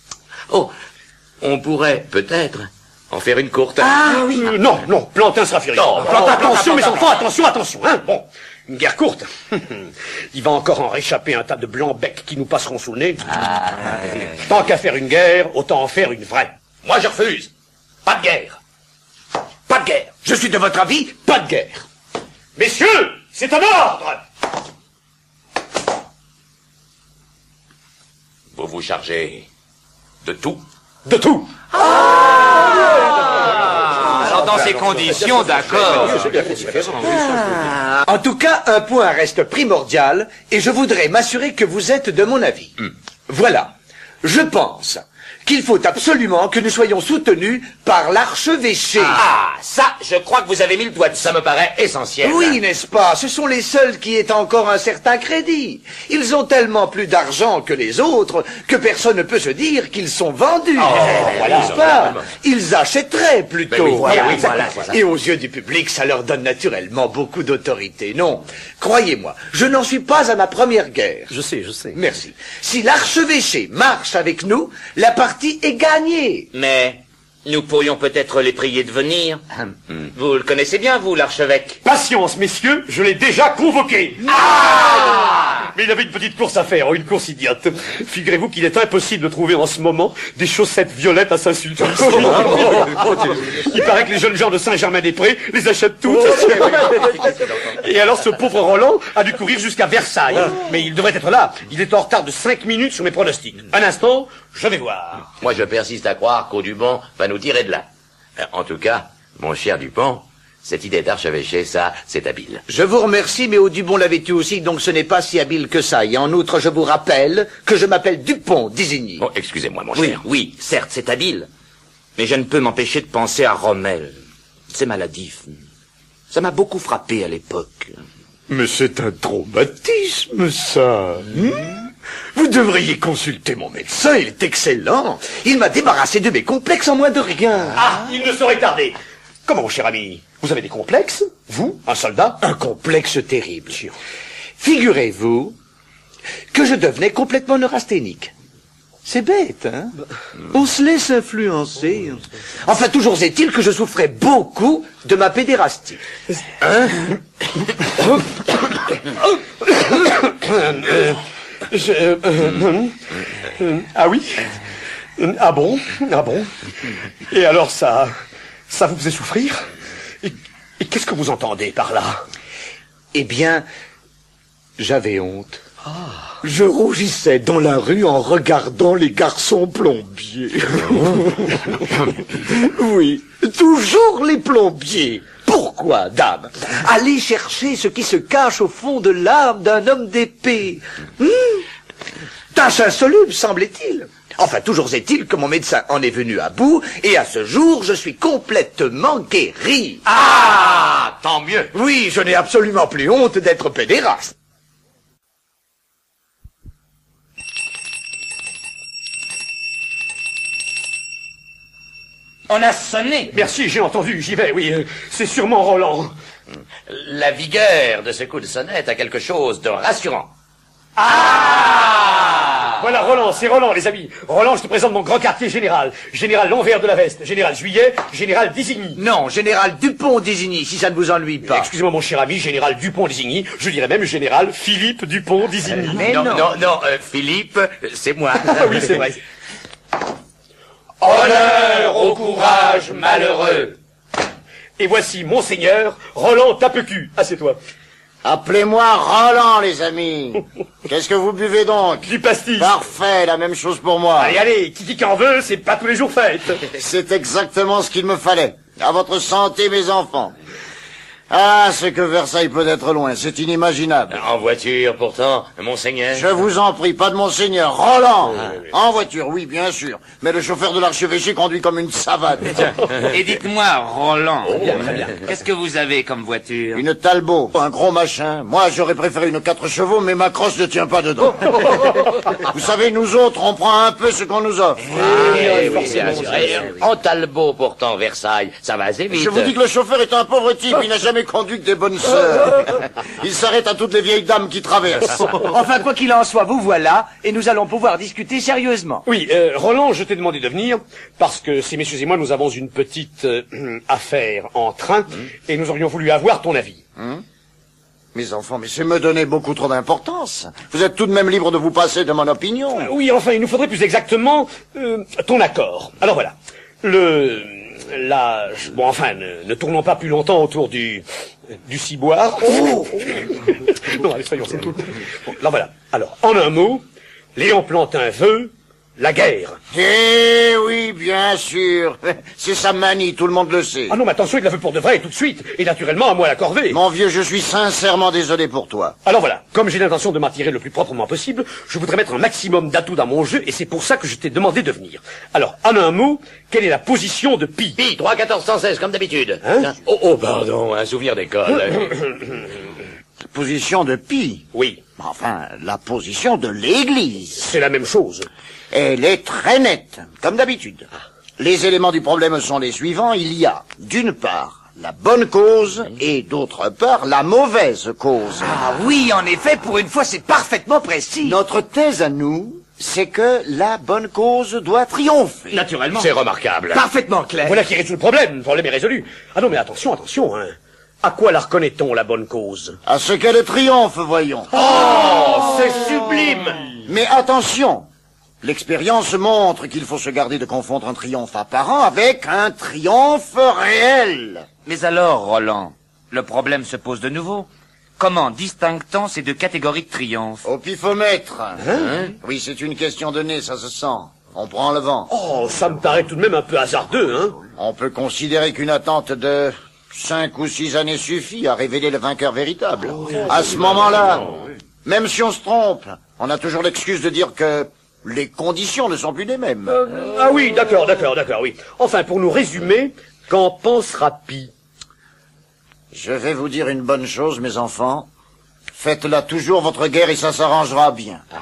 Speaker 9: Oh, on pourrait peut-être en faire une
Speaker 7: Ah,
Speaker 9: courte.
Speaker 2: Euh, Non, non, Plantin sera furieux.
Speaker 9: Non,
Speaker 2: Plantin, attention, mes enfants, attention, attention, hein. Bon, une guerre courte. Il va encore en réchapper un tas de blancs becs qui nous passeront sous le nez.
Speaker 7: Ah,
Speaker 2: Tant qu'à faire une guerre, autant en faire une vraie.
Speaker 9: Moi, je refuse. Pas de guerre.
Speaker 7: Pas de guerre
Speaker 9: Je suis de votre avis.
Speaker 2: Pas de guerre. Messieurs, c'est un ordre.
Speaker 9: Vous vous chargez de tout.
Speaker 2: De tout.
Speaker 7: Alors dans ces conditions, d'accord.
Speaker 5: En tout cas, un point reste primordial et je voudrais m'assurer que vous êtes de mon avis. Voilà. Je pense qu'il faut absolument que nous soyons soutenus par l'archevêché.
Speaker 7: Ah, ça, je crois que vous avez mis le doigt dessus.
Speaker 9: Ça me paraît essentiel.
Speaker 5: Oui, n'est-ce pas Ce sont les seuls qui aient encore un certain crédit. Ils ont tellement plus d'argent que les autres que personne ne peut se dire qu'ils sont vendus.
Speaker 9: Oh, voilà.
Speaker 5: n'est-ce pas Ils achèteraient plutôt.
Speaker 9: Ben oui, voilà, oui,
Speaker 5: Exactement.
Speaker 9: voilà, voilà.
Speaker 5: Et aux yeux du public, ça leur donne naturellement beaucoup d'autorité. Non, croyez-moi, je n'en suis pas à ma première guerre.
Speaker 2: Je sais, je sais.
Speaker 5: Merci. Si l'archevêché marche avec nous, la partie est gagnée.
Speaker 7: Mais nous pourrions peut-être les prier de venir.
Speaker 5: Ah, hmm.
Speaker 7: Vous le connaissez bien, vous, l'archevêque.
Speaker 2: Patience, messieurs, je l'ai déjà convoqué. Ah.
Speaker 7: Ah.
Speaker 2: Mais il avait une petite course à faire, une course idiote. Figurez-vous qu'il est impossible de trouver en ce moment des chaussettes violettes à Saint-Sulpice. oh, il paraît que les jeunes gens de Saint-Germain-des-Prés les achètent toutes. oh, Et alors ce pauvre Roland a dû courir jusqu'à Versailles. Mais il devrait être là. Il est en retard de 5 minutes sur mes pronostics. Un instant, je vais voir.
Speaker 9: Moi, je persiste à croire qu'Audubon va nous tirer de là. Euh, En tout cas, mon cher Dupont, cette idée d'archevêché, ça, c'est habile.
Speaker 5: Je vous remercie, mais Audubon l'avait tu aussi, donc ce n'est pas si habile que ça. Et en outre, je vous rappelle que je m'appelle Dupont d'Isigny.
Speaker 9: Bon, excusez-moi, mon
Speaker 7: Oui,
Speaker 9: cher.
Speaker 7: oui, certes, c'est habile. Mais je ne peux m'empêcher de penser à Rommel. C'est maladif. Ça m'a beaucoup frappé à l'époque.
Speaker 8: Mais c'est un traumatisme, ça. Hmm Vous devriez consulter mon médecin, il est excellent.
Speaker 5: Il m'a débarrassé de mes complexes en moins de rien.
Speaker 2: Ah, il ne saurait tarder. Comment, cher ami Vous avez des complexes Vous, un soldat
Speaker 5: Un complexe terrible. Figurez-vous que je devenais complètement neurasthénique. C'est bête, hein
Speaker 2: Bah.
Speaker 5: On se laisse influencer. Enfin, toujours est-il que je souffrais beaucoup de ma pédérastie.
Speaker 2: Hein? Euh, Je- euh, euh, euh, Ah oui Ah bon Ah bon Et alors ça... ça vous faisait souffrir Et, et qu'est-ce que vous entendez par là
Speaker 5: Eh bien, j'avais honte.
Speaker 2: Ah.
Speaker 5: Je rougissais dans la rue en regardant les garçons plombiers. oui, toujours les plombiers. Pourquoi, dame Aller chercher ce qui se cache au fond de l'âme d'un homme d'épée. Hmm Tâche insoluble, semblait-il. Enfin, toujours est-il que mon médecin en est venu à bout, et à ce jour, je suis complètement guéri.
Speaker 9: Ah, tant mieux.
Speaker 5: Oui, je n'ai absolument plus honte d'être pédéraste.
Speaker 9: On a sonné.
Speaker 2: Merci, j'ai entendu, j'y vais, oui. euh, C'est sûrement Roland.
Speaker 9: La vigueur de ce coup de sonnette a quelque chose de rassurant.
Speaker 2: Ah Voilà Roland, c'est Roland, les amis. Roland, je te présente mon grand quartier général. Général Lonvert de la Veste, général Juillet, général Désigny.
Speaker 5: Non, général Dupont désigny, si ça ne vous ennuie pas.
Speaker 2: Excusez-moi mon cher ami, général Dupont Désigny, je dirais même général Philippe Dupont Désigny.
Speaker 5: Mais
Speaker 9: non,
Speaker 5: non.
Speaker 9: non, non, euh, Philippe, euh, c'est moi.
Speaker 2: Ah oui, c'est vrai.
Speaker 9: Honneur au courage malheureux.
Speaker 2: Et voici Monseigneur Roland Tapecu. Assieds-toi.
Speaker 10: Appelez-moi Roland, les amis. Qu'est-ce que vous buvez donc
Speaker 2: Du pastis.
Speaker 10: Parfait, la même chose pour moi.
Speaker 2: Allez, allez, qui dit qu'en veut, c'est pas tous les jours fête.
Speaker 10: C'est exactement ce qu'il me fallait. À votre santé, mes enfants. Ah, ce que Versailles peut être loin, c'est inimaginable.
Speaker 9: En voiture, pourtant, monseigneur. Ah.
Speaker 10: Je vous en prie, pas de monseigneur, Roland En voiture, oui, bien sûr. Mais le chauffeur de l'archevêché conduit comme une savate.
Speaker 11: Et dites-moi, Roland,
Speaker 9: Oh.
Speaker 11: qu'est-ce que vous avez comme voiture
Speaker 10: Une Talbot, Oh, un gros machin. Moi, j'aurais préféré une quatre chevaux, mais ma crosse ne tient pas dedans. vous savez, nous autres, on prend un peu ce qu'on nous offre.
Speaker 9: Eh oui, bien sûr. Eh, En Talbot, pourtant, Versailles, ça va assez vite.
Speaker 10: Je vous dis que le chauffeur est un pauvre type, il n'a jamais conduit que des bonnes sœurs. Il s'arrête à toutes les vieilles dames qui
Speaker 9: Ah,
Speaker 10: traversent.
Speaker 5: Enfin, quoi qu'il en soit, vous voilà, et nous allons pouvoir discuter sérieusement.
Speaker 2: Oui, euh, Roland, je t'ai demandé de venir parce que ces messieurs et moi, nous avons une petite euh, affaire en train et nous aurions voulu avoir ton avis.
Speaker 10: Hmm? Mes enfants, mais c'est me donner beaucoup trop d'importance. Vous êtes tout de même libre de vous passer de mon opinion.
Speaker 2: Oui, enfin, il nous faudrait plus exactement euh, ton accord. Alors voilà, le... La... Bon, enfin, ne, ne tournons pas plus longtemps autour du... du ciboire.
Speaker 9: Oh,
Speaker 2: non, allez, soyons sérieux. Bon, alors voilà. Alors, en un mot, Léon Plantin veut la guerre.
Speaker 10: Eh oui, bien sûr. C'est sa manie, tout le monde le sait.
Speaker 2: Ah non, mais attention, il la veut pour de vrai, tout de suite. Et naturellement, à moi la corvée.
Speaker 10: Mon vieux, je suis sincèrement désolé pour toi.
Speaker 2: Alors voilà, comme j'ai l'intention de m'attirer le plus proprement possible, je voudrais mettre un maximum d'atouts dans mon jeu, et c'est pour ça que je t'ai demandé de venir. Alors, en un mot, quelle est la position de Pi Hein
Speaker 9: Pi, 3, 14, 116, comme d'habitude. oh, oh, pardon, un souvenir d'école. Mm.
Speaker 10: Position de Pie.
Speaker 2: Oui,
Speaker 10: Enfin, la position de l'Église.
Speaker 2: c'est la même chose.
Speaker 10: Elle est très nette, comme d'habitude.
Speaker 11: Ah.
Speaker 10: Les éléments du problème sont les suivants. Il y a, d'une part, la bonne cause et, d'autre part, la mauvaise cause.
Speaker 11: Ah oui, en effet, pour une fois, c'est parfaitement précis.
Speaker 10: Notre thèse à nous, c'est que la bonne cause doit triompher.
Speaker 11: Naturellement.
Speaker 9: c'est remarquable.
Speaker 11: Parfaitement clair.
Speaker 2: Voilà qui résout le problème, le problème est résolu. Ah non, mais attention, attention, hein. À quoi la reconnaît-on, la bonne cause
Speaker 10: À ce qu'elle triomphe, voyons.
Speaker 12: Oh,
Speaker 2: Oh,
Speaker 9: C'est sublime.
Speaker 10: Mais attention L'expérience montre qu'il faut se garder de confondre un triomphe apparent avec un triomphe réel.
Speaker 11: Mais alors, Roland, le problème se pose de nouveau. Comment distingue-t-on ces deux catégories de triomphe
Speaker 10: Au pifomètre.
Speaker 2: Hein
Speaker 10: Hein oui, c'est une question de nez, ça se sent. On prend le vent.
Speaker 2: Oh, ça me paraît tout de même un peu hasardeux, hein.
Speaker 10: On peut considérer qu'une attente de cinq ou six années suffit à révéler le vainqueur véritable.
Speaker 2: Oh,
Speaker 10: à ce moment-là, même si on se trompe, on a toujours l'excuse de dire que les conditions ne sont plus les mêmes.
Speaker 2: Ah oui, d'accord, d'accord, d'accord, oui. Enfin, pour nous résumer, qu'en pensera Pi
Speaker 10: Je vais vous dire une bonne chose, mes enfants. Faites-la toujours votre guerre et ça s'arrangera bien.
Speaker 2: Ah.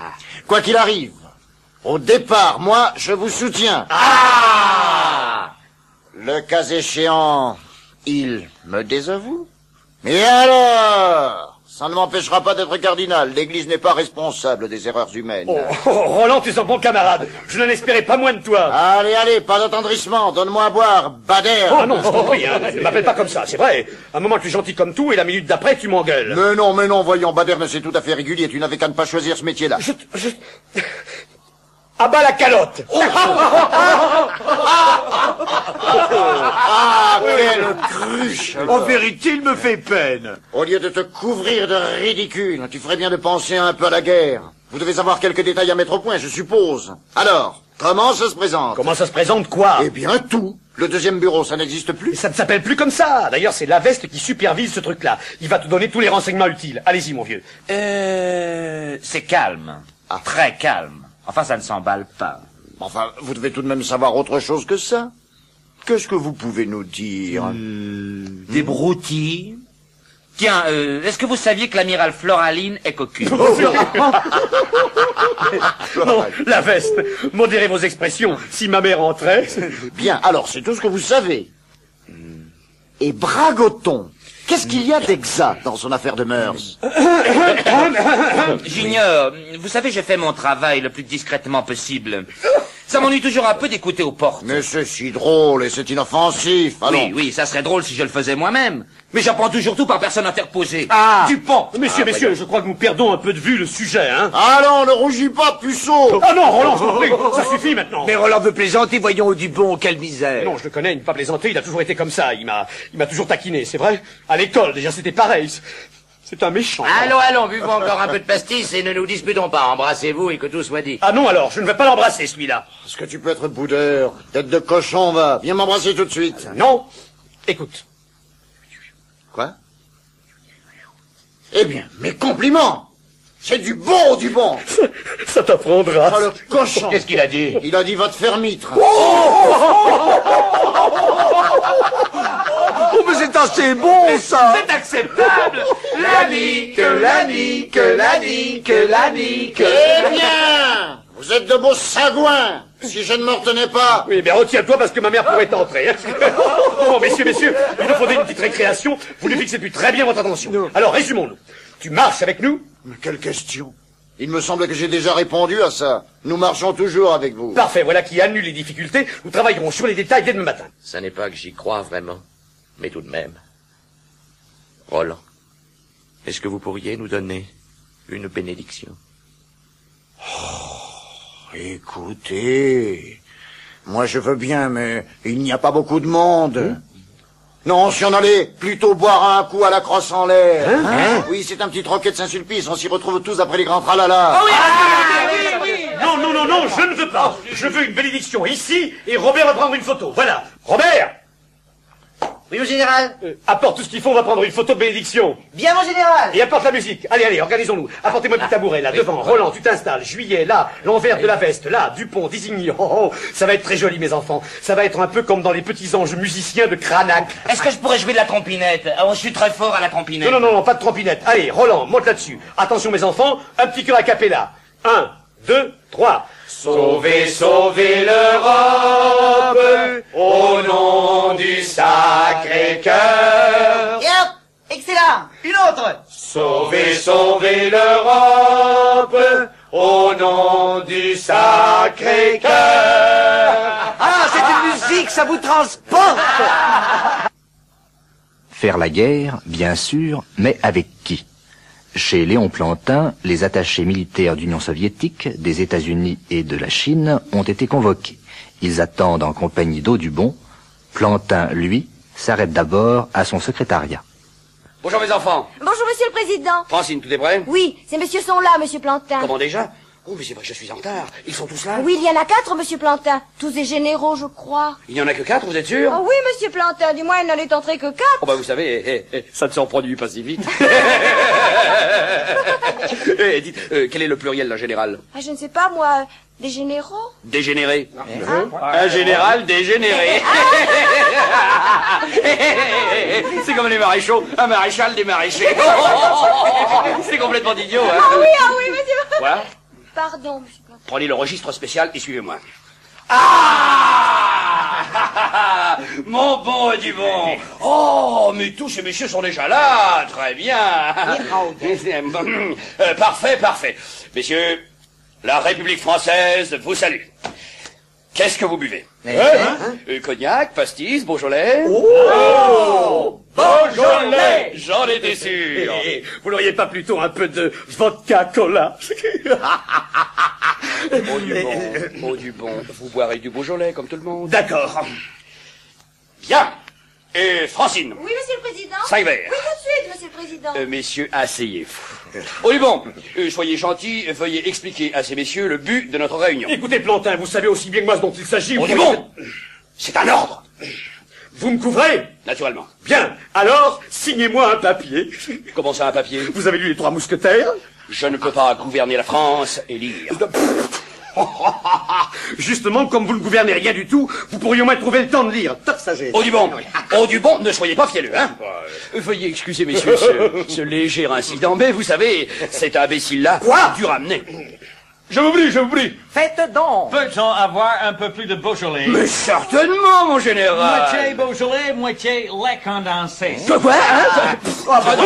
Speaker 10: Quoi qu'il arrive, au départ, moi,
Speaker 2: Ah.
Speaker 10: je vous soutiens. Le cas échéant, Il me désavoue Et alors Ça ne m'empêchera pas d'être cardinal. L'Église n'est pas responsable des erreurs humaines.
Speaker 2: Oh, oh, Roland, tu es un bon camarade. Je n'en espérais pas moins de toi.
Speaker 10: Allez, allez, pas d'attendrissement. Donne-moi à boire, Bader.
Speaker 2: Oh non, je t'en prie, hein. ne m'appelle pas comme ça, c'est vrai. Un moment, tu es gentil comme tout et la minute d'après, tu m'engueules.
Speaker 10: Mais non, mais non, voyons, Bader, mais c'est tout à fait régulier. Tu n'avais qu'à ne pas choisir ce métier-là.
Speaker 2: À bas bah, la calotte
Speaker 10: Oh,
Speaker 8: Oh,
Speaker 10: Ah, quelle cruche
Speaker 8: En vérité, il me fait peine.
Speaker 10: Au lieu de te couvrir de ridicule, tu ferais bien de penser un peu à la guerre. Vous devez avoir quelques détails à mettre au point, je suppose. Alors, comment ça se présente
Speaker 2: Comment ça se présente, quoi
Speaker 10: Eh bien, tout. Le deuxième bureau, ça n'existe plus
Speaker 2: Ça ne s'appelle plus comme ça. D'ailleurs, c'est la veste qui supervise ce truc-là. Il va te donner tous les renseignements utiles. Allez-y, mon vieux.
Speaker 11: Euh, c'est calme.
Speaker 10: Ah.
Speaker 11: Très calme. Enfin, ça ne s'emballe pas.
Speaker 10: Enfin, vous devez tout de même savoir autre chose que ça. Qu'est-ce que vous pouvez nous dire
Speaker 11: Euh, Des broutilles. Tiens, euh, est-ce que vous saviez que l'amiral Floraline est cocu
Speaker 2: Oh, Non, la veste. Modérez vos expressions. Si ma mère entrait...
Speaker 10: Bien, alors, c'est tout ce que vous savez.
Speaker 11: Hmm.
Speaker 10: Et Bragoton, qu'est-ce qu'il y a d'exact dans son affaire de mœurs
Speaker 11: J'ignore. Vous savez, j'ai fait mon travail le plus discrètement possible. Ça m'ennuie toujours un peu d'écouter aux portes.
Speaker 10: Mais c'est si drôle et c'est inoffensif. Allons.
Speaker 11: Oui, oui, ça serait drôle si je le faisais moi-même. Mais j'apprends toujours tout par personne interposée.
Speaker 2: Ah
Speaker 11: Dupont
Speaker 2: Messieurs, messieurs, je crois que nous perdons un peu de vue le sujet, hein
Speaker 10: Allons, Ah ne rougis pas, puceau
Speaker 2: Ah non, Roland, je t'en prie, ça suffit maintenant
Speaker 9: Mais Roland veut plaisanter, voyons, du bon, quelle misère.
Speaker 2: Non, je le connais, il ne m'a pas plaisanté, il a toujours été comme ça, il m'a, il m'a toujours taquiné, c'est vrai À l'école, déjà, c'était pareil. C'est- C'est un méchant.
Speaker 9: Allons, allons, buvons encore un peu de pastis et ne nous disputons pas. Embrassez-vous et que tout soit dit.
Speaker 2: Ah non, alors, je ne vais pas l'embrasser, celui-là.
Speaker 10: Est-ce que tu peux être boudeur Tête de cochon, va. Viens m'embrasser tout de suite.
Speaker 2: Euh, Non Écoute,
Speaker 10: Quoi Eh bien, mes compliments C'est du bon, du bon
Speaker 2: ça t'apprendra.
Speaker 10: Oh, le cochon
Speaker 9: Qu'est-ce qu'il a dit
Speaker 10: Il a dit va te faire mitre
Speaker 2: oh,
Speaker 8: Oh, mais c'est assez bon, ça
Speaker 11: C'est acceptable La nique, la nique, la nique, la nique
Speaker 10: Eh bien Vous êtes de beaux sagouins Si je ne me retenais pas
Speaker 2: Oui, mais retiens-toi parce que ma mère pourrait t'entrer. hein. bon, messieurs, messieurs, il nous faudrait une petite récréation. Vous lui fixez plus très bien votre attention. Alors, résumons-nous. Tu marches avec nous
Speaker 10: Mais quelle question Il me semble que j'ai déjà répondu à ça. Nous marchons toujours avec vous.
Speaker 2: Parfait, voilà qui annule les difficultés. Nous travaillerons sur les détails dès demain matin.
Speaker 9: Ça n'est pas que j'y crois vraiment, mais tout de même. Roland, est-ce que vous pourriez nous donner une bénédiction
Speaker 10: Écoutez, moi je veux bien, mais il n'y a pas beaucoup de monde. Non, si on allait plutôt boire un coup à la crosse en l'air. oui, c'est un petit troquet de Saint-Sulpice. On s'y retrouve tous après les grands
Speaker 8: Ah.
Speaker 13: Ah
Speaker 10: tralala.
Speaker 2: Non, non, non, non, je ne veux pas. Je veux une bénédiction ici et Robert va prendre une photo. Voilà. Robert
Speaker 9: Oui, mon général
Speaker 2: euh, Apporte tout ce qu'il faut, on va prendre une photo de bénédiction.
Speaker 9: Bien, mon général
Speaker 2: Et apporte la musique. Allez, allez, organisons-nous. Apportez-moi
Speaker 11: Ah.
Speaker 2: petit tabouret, là, devant. Roland, tu t'installes. Juillet, là. L'envers de la veste, là. Dupont, Désigny. Oh, oh, ça va être très joli, mes enfants. Ça va être un peu comme dans les petits anges musiciens de Cranac.
Speaker 11: Est-ce que je pourrais jouer de la trompinette Oh, je suis très fort à la trompinette.
Speaker 2: Non, non, non, non, pas de trompinette. Allez, Roland, monte là-dessus. Attention, mes enfants, un petit cœur a cappella. Un, deux, trois.
Speaker 11: Sauvez, sauvez l'Europe au nom du Sacré-Cœur.
Speaker 4: Et hop Excellent Une autre
Speaker 11: Sauvez, sauvez l'Europe au nom du Sacré-Cœur.
Speaker 9: Ah, c'est une musique, ça vous transporte
Speaker 1: Faire la guerre, bien sûr, mais avec qui Chez Léon Plantin, les attachés militaires d'Union soviétique, des États-Unis et de la Chine ont été convoqués. Ils attendent en compagnie d'Audubon. Plantin, lui, s'arrête d'abord à son secrétariat.
Speaker 6: Bonjour mes enfants.
Speaker 14: Bonjour, monsieur le président.
Speaker 6: Francine, tout est prêt
Speaker 14: Oui, ces messieurs sont là, monsieur Plantin.
Speaker 6: Comment déjà Oh, mais c'est vrai que je suis en retard. Ils sont tous là
Speaker 14: Ah Oui, il y en a quatre, monsieur Plantin. Tous des généraux, je crois.
Speaker 6: Il n'y en a que quatre, vous êtes sûr
Speaker 14: Oh oui, monsieur Plantin, du moins, il n'en est entré que quatre.
Speaker 6: Oh bah vous savez, eh, eh, eh, ça ne s'en produit pas si vite. Eh, dites, euh, quel est le pluriel d'un général
Speaker 14: Ah, je ne sais pas, moi, euh, des généraux
Speaker 6: Dégénéré.
Speaker 14: Ah.
Speaker 6: Un général dégénéré.
Speaker 14: Ah
Speaker 6: C'est comme les maréchaux, un maréchal des maraîchers. C'est complètement idiot,
Speaker 14: Ah
Speaker 6: hein
Speaker 14: oui, ah oui, monsieur.
Speaker 6: Voilà,
Speaker 14: Pardon, monsieur Plantin.
Speaker 6: prenez le registre spécial et suivez-moi. Ah
Speaker 2: ah, Mon bon et du bon. Oh, mais tous ces messieurs sont déjà là. Très bien. Euh, parfait, parfait. Messieurs, la République française vous salue. Qu'est-ce que vous buvez
Speaker 12: Eh,
Speaker 2: Hein
Speaker 12: hein
Speaker 2: Euh, Cognac, pastis, Beaujolais
Speaker 13: Oh
Speaker 2: Beaujolais J'en étais sûr
Speaker 13: Eh, eh, Vous n'auriez pas plutôt un peu de vodka cola
Speaker 2: Oh du bon, oh du bon. Vous boirez du Beaujolais comme tout le monde.
Speaker 13: D'accord.
Speaker 2: Bien. Et Francine,
Speaker 4: Oui, monsieur le président.
Speaker 2: Cinq verres.
Speaker 4: Oui, tout de suite, monsieur le président.
Speaker 2: euh, messieurs, asseyez-vous. Oh du bon, euh, soyez gentils, veuillez expliquer à ces messieurs le but de notre réunion.
Speaker 13: Écoutez, Plantin, vous savez aussi bien que moi ce dont il s'agit.
Speaker 2: Oh
Speaker 13: vous
Speaker 2: du
Speaker 13: voyez-
Speaker 2: bon, c'est un ordre.
Speaker 13: Vous me couvrez
Speaker 2: Naturellement.
Speaker 13: Bien, alors, signez-moi un papier.
Speaker 2: Comment ça, un papier
Speaker 13: Vous avez lu les Trois Mousquetaires
Speaker 2: Je ne peux pas gouverner la France et lire.
Speaker 13: Justement, comme vous ne gouvernez rien du tout, vous pourriez au moins trouver le temps de lire. Top sagesse.
Speaker 2: Oh du bon, oh du bon, ne soyez pas fielleux, hein Veuillez excuser, messieurs, ce, ce léger incident, mais vous savez, cet imbécile-là a dû ramener. Je m'oublie, je m'oublie
Speaker 15: Faites donc Peut-on avoir un peu plus de Beaujolais
Speaker 2: Mais certainement, mon général
Speaker 15: Moitié Beaujolais, moitié lait condensé.
Speaker 2: Que quoi, hein
Speaker 13: Ah, bah, non.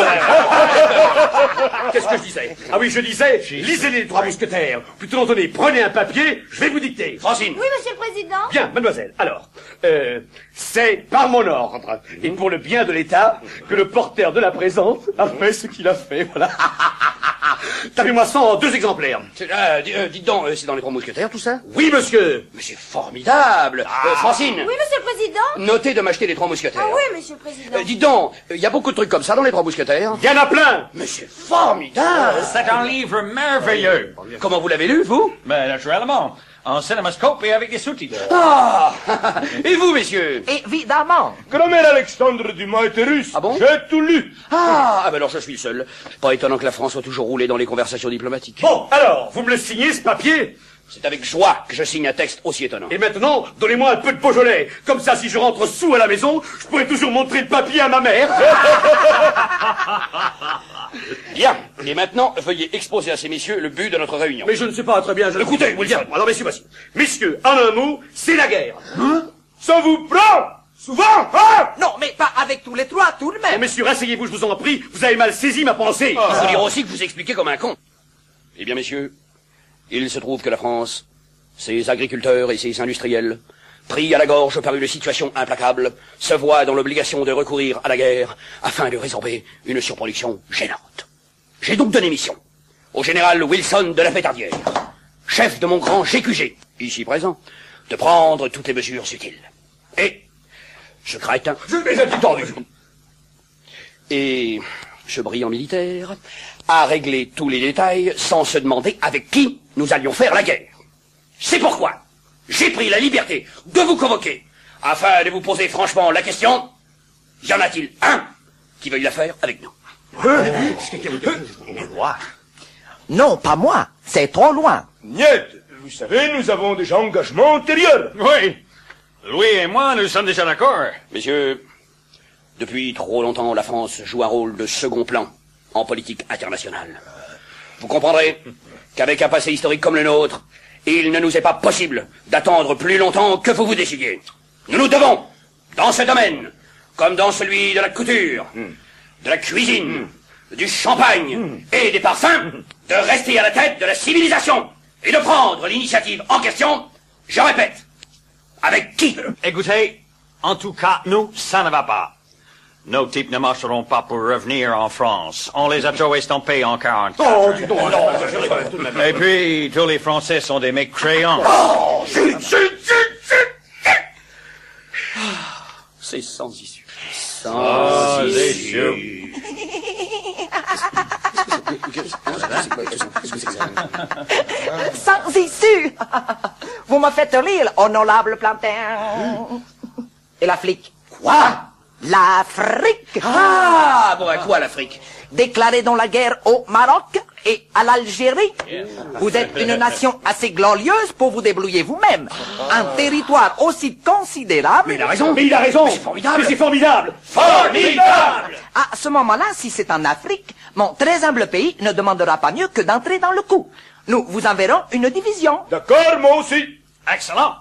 Speaker 13: Qu'est-ce que je disais Ah oui, je disais, lisez les Trois Mousquetaires. Plutôt donner, prenez un papier, je vais vous dicter.
Speaker 4: Oui, monsieur le président.
Speaker 13: Bien, mademoiselle. Alors, euh, c'est par mon ordre et pour le bien de l'État que le porteur de la présente a fait ce qu'il a fait. Voilà. Tapez-moi ça en deux exemplaires.
Speaker 2: Euh, di- euh, dites donc, euh, c'est dans les trois mousquetaires, tout ça
Speaker 13: Oui, monsieur Ah.
Speaker 2: Mais c'est formidable Euh, Francine
Speaker 4: Oui, monsieur le président.
Speaker 2: Notez de m'acheter les trois mousquetaires.
Speaker 4: Ah oui, monsieur le président.
Speaker 2: Euh, dites donc, il y a beaucoup de trucs comme ça dans les trois mousquetaires
Speaker 13: Il y en a plein Euh,
Speaker 2: Mais c'est formidable
Speaker 15: Ah. C'est un livre merveilleux
Speaker 2: Comment vous l'avez lu, vous
Speaker 15: Ben, naturellement. En cinémascope et avec des sous-titres.
Speaker 2: Ah Et vous, messieurs
Speaker 15: Évidemment
Speaker 2: Comme Alexandre Dumas était russe, ah bon j'ai tout lu Ah, ah ben alors je suis le seul. Pas étonnant que la France soit toujours roulée dans les conversations diplomatiques.
Speaker 13: Bon, alors, vous me le signez, ce papier
Speaker 2: C'est avec joie que je signe un texte aussi étonnant.
Speaker 13: Et maintenant, donnez-moi un peu de Beaujolais. Comme ça, si je rentre sous à la maison, je pourrai toujours montrer le papier à ma mère.
Speaker 8: Hein?
Speaker 2: Bien Et maintenant, veuillez exposer à ces messieurs le but de notre réunion.
Speaker 13: Mais je ne sais pas très bien. Je...
Speaker 2: Écoutez,
Speaker 13: Wilson. Alors, messieurs, messieurs, messieurs, en un mot, c'est la guerre. Hein? Ça vous prend Souvent hein
Speaker 15: Non, mais pas avec tous les trois, tout de même.
Speaker 13: Eh, messieurs, asseyez-vous, je vous en prie. Vous avez mal saisi ma pensée.
Speaker 2: Il faut dire aussi que vous expliquez comme un con. Eh bien, messieurs, il se trouve que la France, ses agriculteurs et ses industriels, pris à la gorge par une situation implacable, se voient dans l'obligation de recourir à la guerre afin de résorber une surproduction gênante. J'ai donc donné mission au général Wilson de la Pétardière, chef de mon grand GQG, ici présent, de prendre toutes les mesures utiles. Et ce crétin... Je les ai détendus et ce brillant militaire a réglé tous les détails sans se demander avec qui nous allions faire la guerre. C'est pourquoi j'ai pris la liberté de vous convoquer afin de vous poser franchement la question, y en a-t-il un qui veuille la faire avec nous
Speaker 12: Hein
Speaker 15: Non, pas moi. C'est trop loin.
Speaker 12: Niet, vous savez, nous avons déjà engagement antérieur.
Speaker 15: Oui. Louis et moi, nous sommes déjà d'accord.
Speaker 2: Messieurs, depuis trop longtemps, la France joue un rôle de second plan en politique internationale. Vous comprendrez qu'avec un passé historique comme le nôtre, il ne nous est pas possible d'attendre plus longtemps que vous vous décidiez. Nous nous devons, dans ce domaine, comme dans celui de la couture,
Speaker 15: Hmm.
Speaker 2: de la cuisine, du champagne et des
Speaker 15: Hmm.
Speaker 2: parfums, de rester à la tête de la civilisation et de prendre l'initiative en question, je répète, avec qui
Speaker 15: Écoutez, en tout cas, nous, ça ne va pas. Nos types ne marcheront pas pour revenir en France. On les a trop estompés en 40.
Speaker 12: Oh, dis donc, non, je rigole.
Speaker 15: Et puis, tous les Français sont des mecs créants.
Speaker 2: Oh, C'est sans issue.
Speaker 12: Ah,
Speaker 2: Sans
Speaker 12: les
Speaker 2: issue.
Speaker 16: Sans issue Vous me faites rire, honorable plantain. Et l'Afrique Quoi L'Afrique
Speaker 2: Ah, bon, à quoi l'Afrique
Speaker 16: Déclarée dans la guerre au Maroc et à l'Algérie. Vous êtes une nation assez glorieuse pour vous débrouiller vous-même. Un territoire aussi considérable...
Speaker 12: Mais il a raison. Mais il a raison. Mais c'est formidable. Mais c'est formidable. Formidable.
Speaker 16: À ce moment-là, si c'est en Afrique, mon très humble pays ne demandera pas mieux que d'entrer dans le coup. Nous vous enverrons une division.
Speaker 12: D'accord, moi aussi.
Speaker 15: Excellent.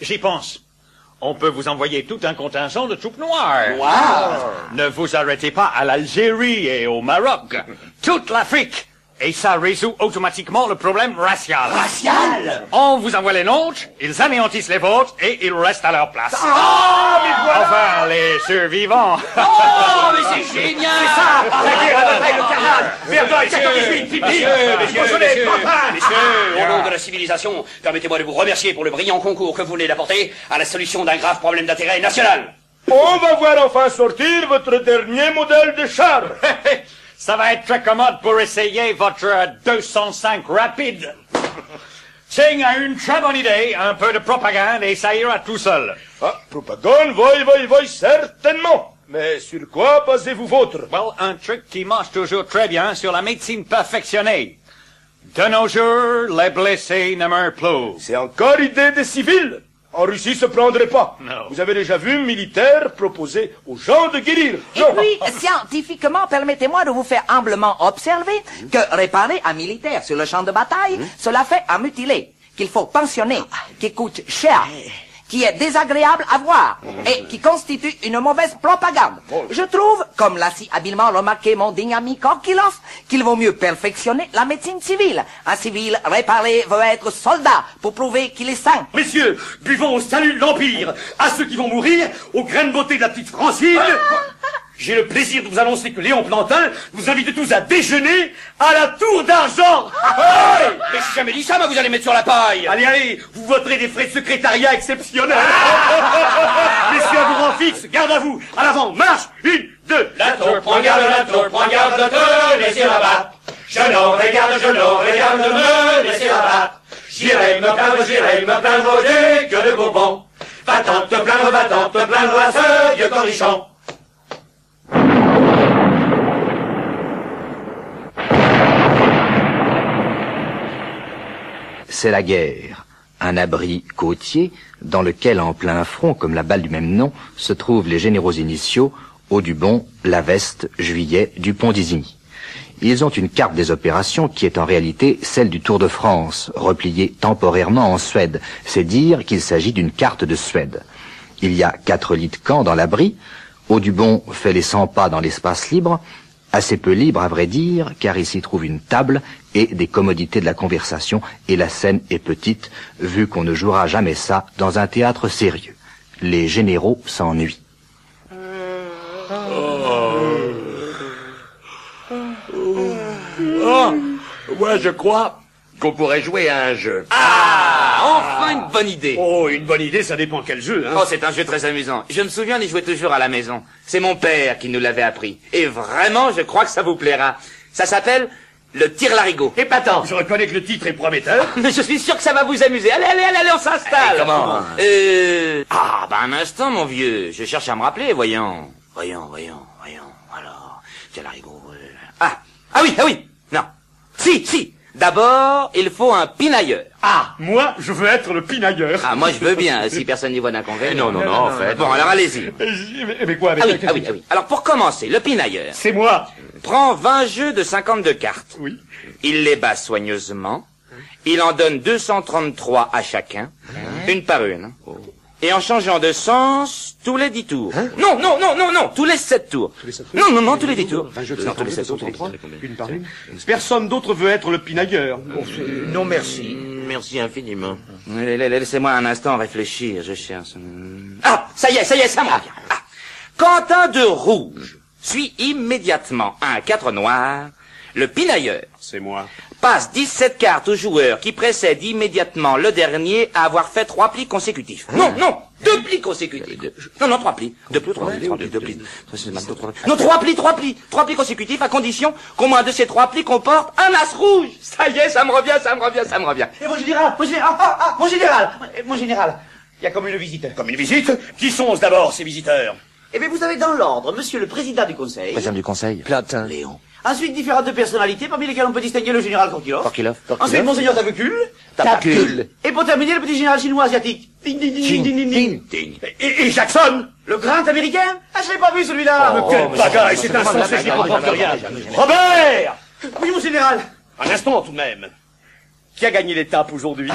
Speaker 15: J'y pense. on peut vous envoyer tout un contingent de troupes noires. Oh.
Speaker 2: Noires
Speaker 15: Ne vous arrêtez pas à l'Algérie et au Maroc. Toute l'Afrique Et ça résout automatiquement le problème racial.
Speaker 2: Racial
Speaker 15: On vous envoie les nôtres, ils anéantissent les vôtres et ils restent à leur place.
Speaker 2: Ah, mais voilà
Speaker 15: Enfin, les survivants
Speaker 2: Oh, mais c'est génial
Speaker 15: C'est ça
Speaker 2: Arrêtez à peu près le carnage Verdun, 14-18, pipi Beaujolais, Papin
Speaker 17: Messieurs, au nom de la civilisation, permettez-moi de vous remercier pour le brillant concours que vous venez d'apporter à la solution d'un grave problème d'intérêt national.
Speaker 12: On va voir enfin sortir votre dernier modèle de char.
Speaker 15: Ça va être très commode pour essayer votre euh, 205 rapide. Singh a une très bonne idée, un peu de propagande et ça ira tout seul.
Speaker 12: Ah, propagande, voy, voy, voy, certainement. Mais sur quoi basez-vous votre
Speaker 15: Well, un truc qui marche toujours très bien sur la médecine perfectionnée. De nos jours, les blessés ne meurent plus.
Speaker 12: C'est encore idée des civils. En Russie, se prendrait pas. Vous avez déjà vu militaires proposer aux gens de guérir.
Speaker 16: Et puis, scientifiquement, permettez-moi de vous faire humblement observer que réparer un militaire sur le champ de bataille,
Speaker 2: Hmm?
Speaker 16: cela fait un mutilé, qu'il faut pensionner, qui coûte cher,
Speaker 2: Eh.
Speaker 16: qui est désagréable à voir et qui constitue une mauvaise propagande. Je trouve, comme l'a si habilement remarqué mon digne ami Korkilov, qu'il vaut mieux perfectionner la médecine civile. Un civil réparé veut être soldat pour prouver qu'il est sain.
Speaker 2: Messieurs, buvons au salut de l'Empire À ceux qui vont mourir, aux graines beauté de la petite Francine J'ai le plaisir de vous annoncer que Léon Plantin vous invite tous à déjeuner à la Tour d'Argent Hey Mais j'ai jamais dit ça, mais vous allez mettre sur la paille Allez, allez, vous voterez des frais de secrétariat exceptionnels Messieurs, à vous rend fixe, garde à vous À l'avant, marche Une, deux
Speaker 17: La tour
Speaker 2: prends garde, la tour prends garde de te laisser là-bas Je n'en regarde, je n'en regarde de me laisser là-bas J'irai me plaindre, j'irai me plaindre au dieu que de Bourbon. Va-t'en te plaindre, va-t'en te plaindre à ce vieux cornichon.
Speaker 1: C'est la guerre, un abri côtier dans lequel en plein front, comme la balle du même nom, se trouvent les généraux initiaux, Audubon, Laveste, Juillet, Dupont d'Isigny. Ils ont une carte des opérations qui est en réalité celle du Tour de France, repliée temporairement en Suède. C'est dire qu'il s'agit d'une carte de Suède. Il y a quatre lits de camp dans l'abri. Audubon fait les 100 pas dans l'espace libre, assez peu libre à vrai dire, car il s'y trouve une table et des commodités de la conversation, et la scène est petite, vu qu'on ne jouera jamais ça dans un théâtre sérieux. Les généraux s'ennuient.
Speaker 18: Oh.
Speaker 19: Oh, moi je crois qu'on pourrait jouer à un jeu.
Speaker 9: Ah,
Speaker 18: Enfin une bonne idée Oh, une bonne idée, ça dépend quel jeu, hein
Speaker 9: Oh, c'est un jeu très amusant. Je me souviens d'y jouer toujours à la maison. C'est mon père qui nous l'avait appris. Et vraiment, je crois que ça vous plaira. Ça s'appelle le tir larigot.
Speaker 18: Épatant Eh, Je reconnais que le titre est prometteur.
Speaker 9: Mais je suis sûr que ça va vous amuser. Allez, allez, allez, allez, on s'installe.
Speaker 18: Eh, comment
Speaker 9: Euh... Ah, bah un instant, mon vieux. Je cherche à me rappeler, voyons. Voyons, voyons, voyons. Alors, tir larigot... euh, Ah, ah oui, ah oui. Non. Si, si. D'abord, il faut un pinailleur.
Speaker 12: Ah, moi, je veux être le pinailleur.
Speaker 9: Ah, moi je veux bien, si personne n'y voit d'inconvénient.
Speaker 12: Non, non, non, en fait.
Speaker 9: Bon, alors allez-y.
Speaker 12: Mais, mais quoi, mais-
Speaker 9: Ah oui, ah oui, ah oui. Alors pour commencer, le pinailleur.
Speaker 12: C'est moi.
Speaker 9: Prend 20 jeux de 52 cartes.
Speaker 12: Oui.
Speaker 9: Il les bat soigneusement. Il en donne 233 à chacun, une par une. Et en changeant de sens, tous les 10 tours. non, non, non, non, non, tous les 7 tours. Non, non, non, tous les 10 tours. Non, tous les 7 tours, tous les 10 tours.
Speaker 18: Une par une. Personne d'autre veut être le pinailleur.
Speaker 9: Non, merci. Merci infiniment. Laissez-moi un instant réfléchir, je cherche. Ah, ça y est, ça y est, ça me revient. Ah. Quand un de rouge suit immédiatement un 4 noir, le pinailleur
Speaker 18: C'est moi.
Speaker 9: passe 17 cartes au joueur qui précède immédiatement le dernier à avoir fait trois plis consécutifs. Non, non, deux plis consécutifs. Non, non, trois plis. Deux plis, trois plis, trois plis, deux plis. Trois, c'est maintenant trois plis. Non, trois plis, trois plis. Trois plis consécutifs à condition qu'au moins de ces trois plis comporte un as rouge. Ça y est, ça me revient, ça me revient, ça me revient.
Speaker 2: Et mon général, mon général, ah, ah, mon général, mon général, il y a comme une visite.
Speaker 17: Comme une visite Qui sont d'abord ces visiteurs
Speaker 2: Eh bien, vous avez dans l'ordre, monsieur le président du conseil.
Speaker 9: du conseil. Platin. Léon.
Speaker 2: Ensuite, différentes personnalités, parmi lesquelles on peut distinguer le général Korkilov.
Speaker 9: Korkilov.
Speaker 2: Ensuite, monseigneur Tavecul.
Speaker 9: Tavecul.
Speaker 2: Et pour terminer, le petit général chinois asiatique. Ding, ding, ding, ding, ding, ding. Et, et Jackson Le grand américain Ah, je l'ai pas vu, celui-là
Speaker 18: Oh, quelle bagaille, c'est insensé, je n'y comprends plus rien. Robert
Speaker 2: Oui, mon général
Speaker 18: Un instant tout de même.
Speaker 2: Qui a gagné l'étape aujourd'hui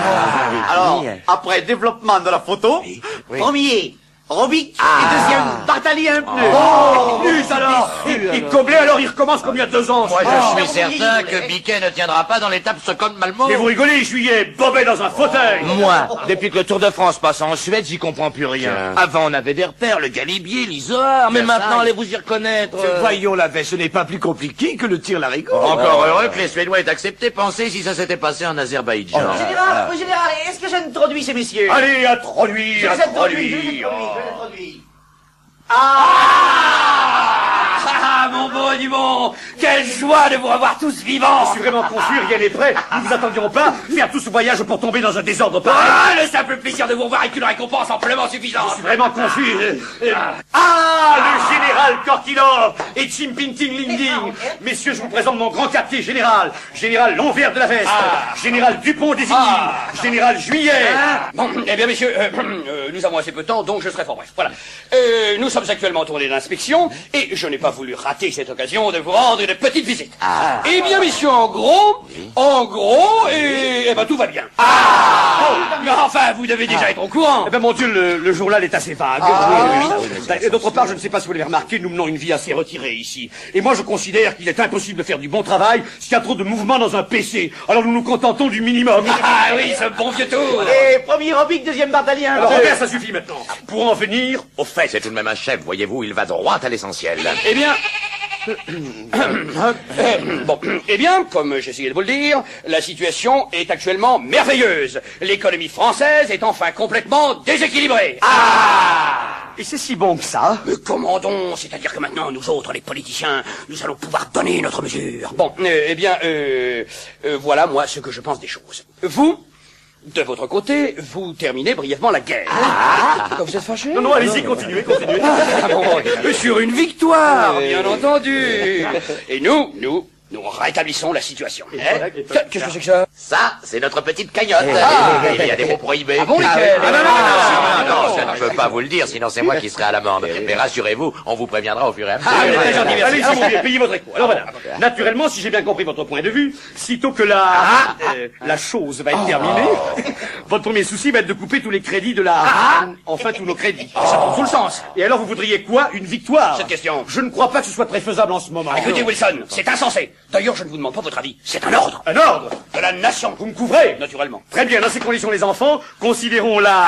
Speaker 20: Alors, après développement de la photo, premier, Robic, et deuxième, Bartali un peu.
Speaker 21: Oh, plus alors Et- et Coblet, alors, il recommence comme il y a deux ans.
Speaker 9: Moi,
Speaker 2: Ah.
Speaker 21: Oh.
Speaker 9: je suis certain que Biquet ne tiendra pas dans l'étape Stockholm-Malmo.
Speaker 21: Mais vous rigolez, Juillet, bobé dans un fauteuil
Speaker 9: Oh. Moi, depuis que le Tour de France passe en Suède, j'y comprends plus rien.
Speaker 7: Tiens.
Speaker 9: Avant, on avait des
Speaker 21: Ah,
Speaker 9: repères, le Galibier, l'Isard, mais
Speaker 7: Versailles.
Speaker 9: maintenant, allez-vous y reconnaître. euh. Oh,
Speaker 7: Voyons la veste, ce n'est pas plus compliqué que le tir la rigole.
Speaker 9: Encore heureux que les Suédois aient accepté. Pensez si ça s'était passé en Azerbaïdjan.
Speaker 7: Ah.
Speaker 20: Général, général, est-ce que j'introduis ces messieurs
Speaker 9: Oh. Allez, introduis,
Speaker 20: Je les introduis,
Speaker 9: introduis,
Speaker 20: je les introduis, je les introduis.
Speaker 21: Ah, mon bon Dumont Quelle joie de vous revoir tous vivants Je suis vraiment confus, rien n'est prêt. Nous vous attendions pas faire tout ce voyage pour tomber dans un désordre pareil. Ah, le simple plaisir de vous revoir avec une récompense amplement suffisante Je suis vraiment confus. Euh, euh, Ah, le général Korkilov et Chim Pinting Ling Ding Messieurs, je vous présente mon grand quartier général. Général Lonvert de la Veste. Général Dupont des Général Juillet
Speaker 6: Bon, eh bien, messieurs, euh, euh, nous avons assez peu de temps, donc je serai fort bref. Voilà. Euh, nous sommes actuellement en tournée d'inspection, et je n'ai pas voulu rater cette occasion de vous rendre une petite visite. Eh bien, messieurs, en gros, en gros, et, eh ben, tout va bien. Oh, mais enfin, vous devez déjà être au courant.
Speaker 2: Eh ben mon Dieu, le, le journal est assez vague.
Speaker 6: Ah.
Speaker 2: Oui, oui, oui. Et d'autre part, je ne sais pas si vous l'avez remarqué, nous menons une vie assez retirée ici. Et moi, je considère qu'il est impossible de faire du bon travail s'il y a trop de mouvement dans un PC. Alors nous nous contentons du minimum.
Speaker 6: Ah oui, ce bon vieux tour. Euh,
Speaker 20: Et premier Robic, deuxième Bartali un
Speaker 2: Alors
Speaker 20: peu.
Speaker 2: Robert, ça suffit maintenant. Pour en venir
Speaker 9: au fait. C'est tout de même un chef, voyez-vous, il va droit à l'essentiel.
Speaker 6: Eh bien. bon, eh bien, comme j'essayais de vous le dire, la situation est actuellement merveilleuse. L'économie française est enfin complètement déséquilibrée.
Speaker 2: Et c'est si bon que ça
Speaker 6: Mais Euh, comment donc C'est-à-dire que maintenant, nous autres, les politiciens, nous allons pouvoir donner notre mesure. Bon, euh, eh bien, euh, euh, voilà, moi, ce que je pense des choses. Vous de votre côté, vous terminez brièvement la guerre. Ah, vous êtes fâché
Speaker 21: Non, non, allez-y, continuez, continuez. euh,
Speaker 6: Ah, bon, sur une victoire,
Speaker 21: Oui.
Speaker 6: bien entendu. Et nous, nous, nous rétablissons la situation. hein. Qu'est-ce que c'est que ça
Speaker 9: Ça, c'est notre petite cagnotte. Eh
Speaker 6: Ah.
Speaker 9: il y a des mots prohibés.
Speaker 6: Ah bon, lesquels
Speaker 9: Ah, non,
Speaker 6: Ah,
Speaker 9: non, non, non,
Speaker 6: non,
Speaker 9: non,
Speaker 6: non,
Speaker 9: je ne peux pas vous le dire, sinon c'est moi qui serai à l'amende. Mais rassurez-vous, on vous préviendra au fur et à mesure.
Speaker 2: Ah, vous êtes très gentil, merci. Ah,
Speaker 21: Allez-y,
Speaker 6: Ah.
Speaker 21: mon vieux,
Speaker 2: payez votre écho. Alors voilà. Naturellement, si j'ai bien compris votre point de vue, sitôt que la
Speaker 6: Ah.
Speaker 2: euh, la chose va être terminée,
Speaker 6: Oh.
Speaker 2: votre premier souci va être de couper tous les crédits de la
Speaker 6: Ah.
Speaker 2: enfin tous nos crédits.
Speaker 6: Oh.
Speaker 2: Ça prend tout le sens. Et alors vous voudriez quoi Une victoire Cette
Speaker 6: question.
Speaker 2: Je ne crois pas que ce soit très faisable en ce moment.
Speaker 6: Écoutez,
Speaker 2: Non.
Speaker 6: Wilson, c'est insensé. D'ailleurs, je ne vous demande pas votre avis. C'est un ordre.
Speaker 2: Un ordre
Speaker 6: De la nation.
Speaker 2: Vous me couvrez
Speaker 6: Naturellement.
Speaker 2: Très bien, dans ces conditions, les enfants, considérons la...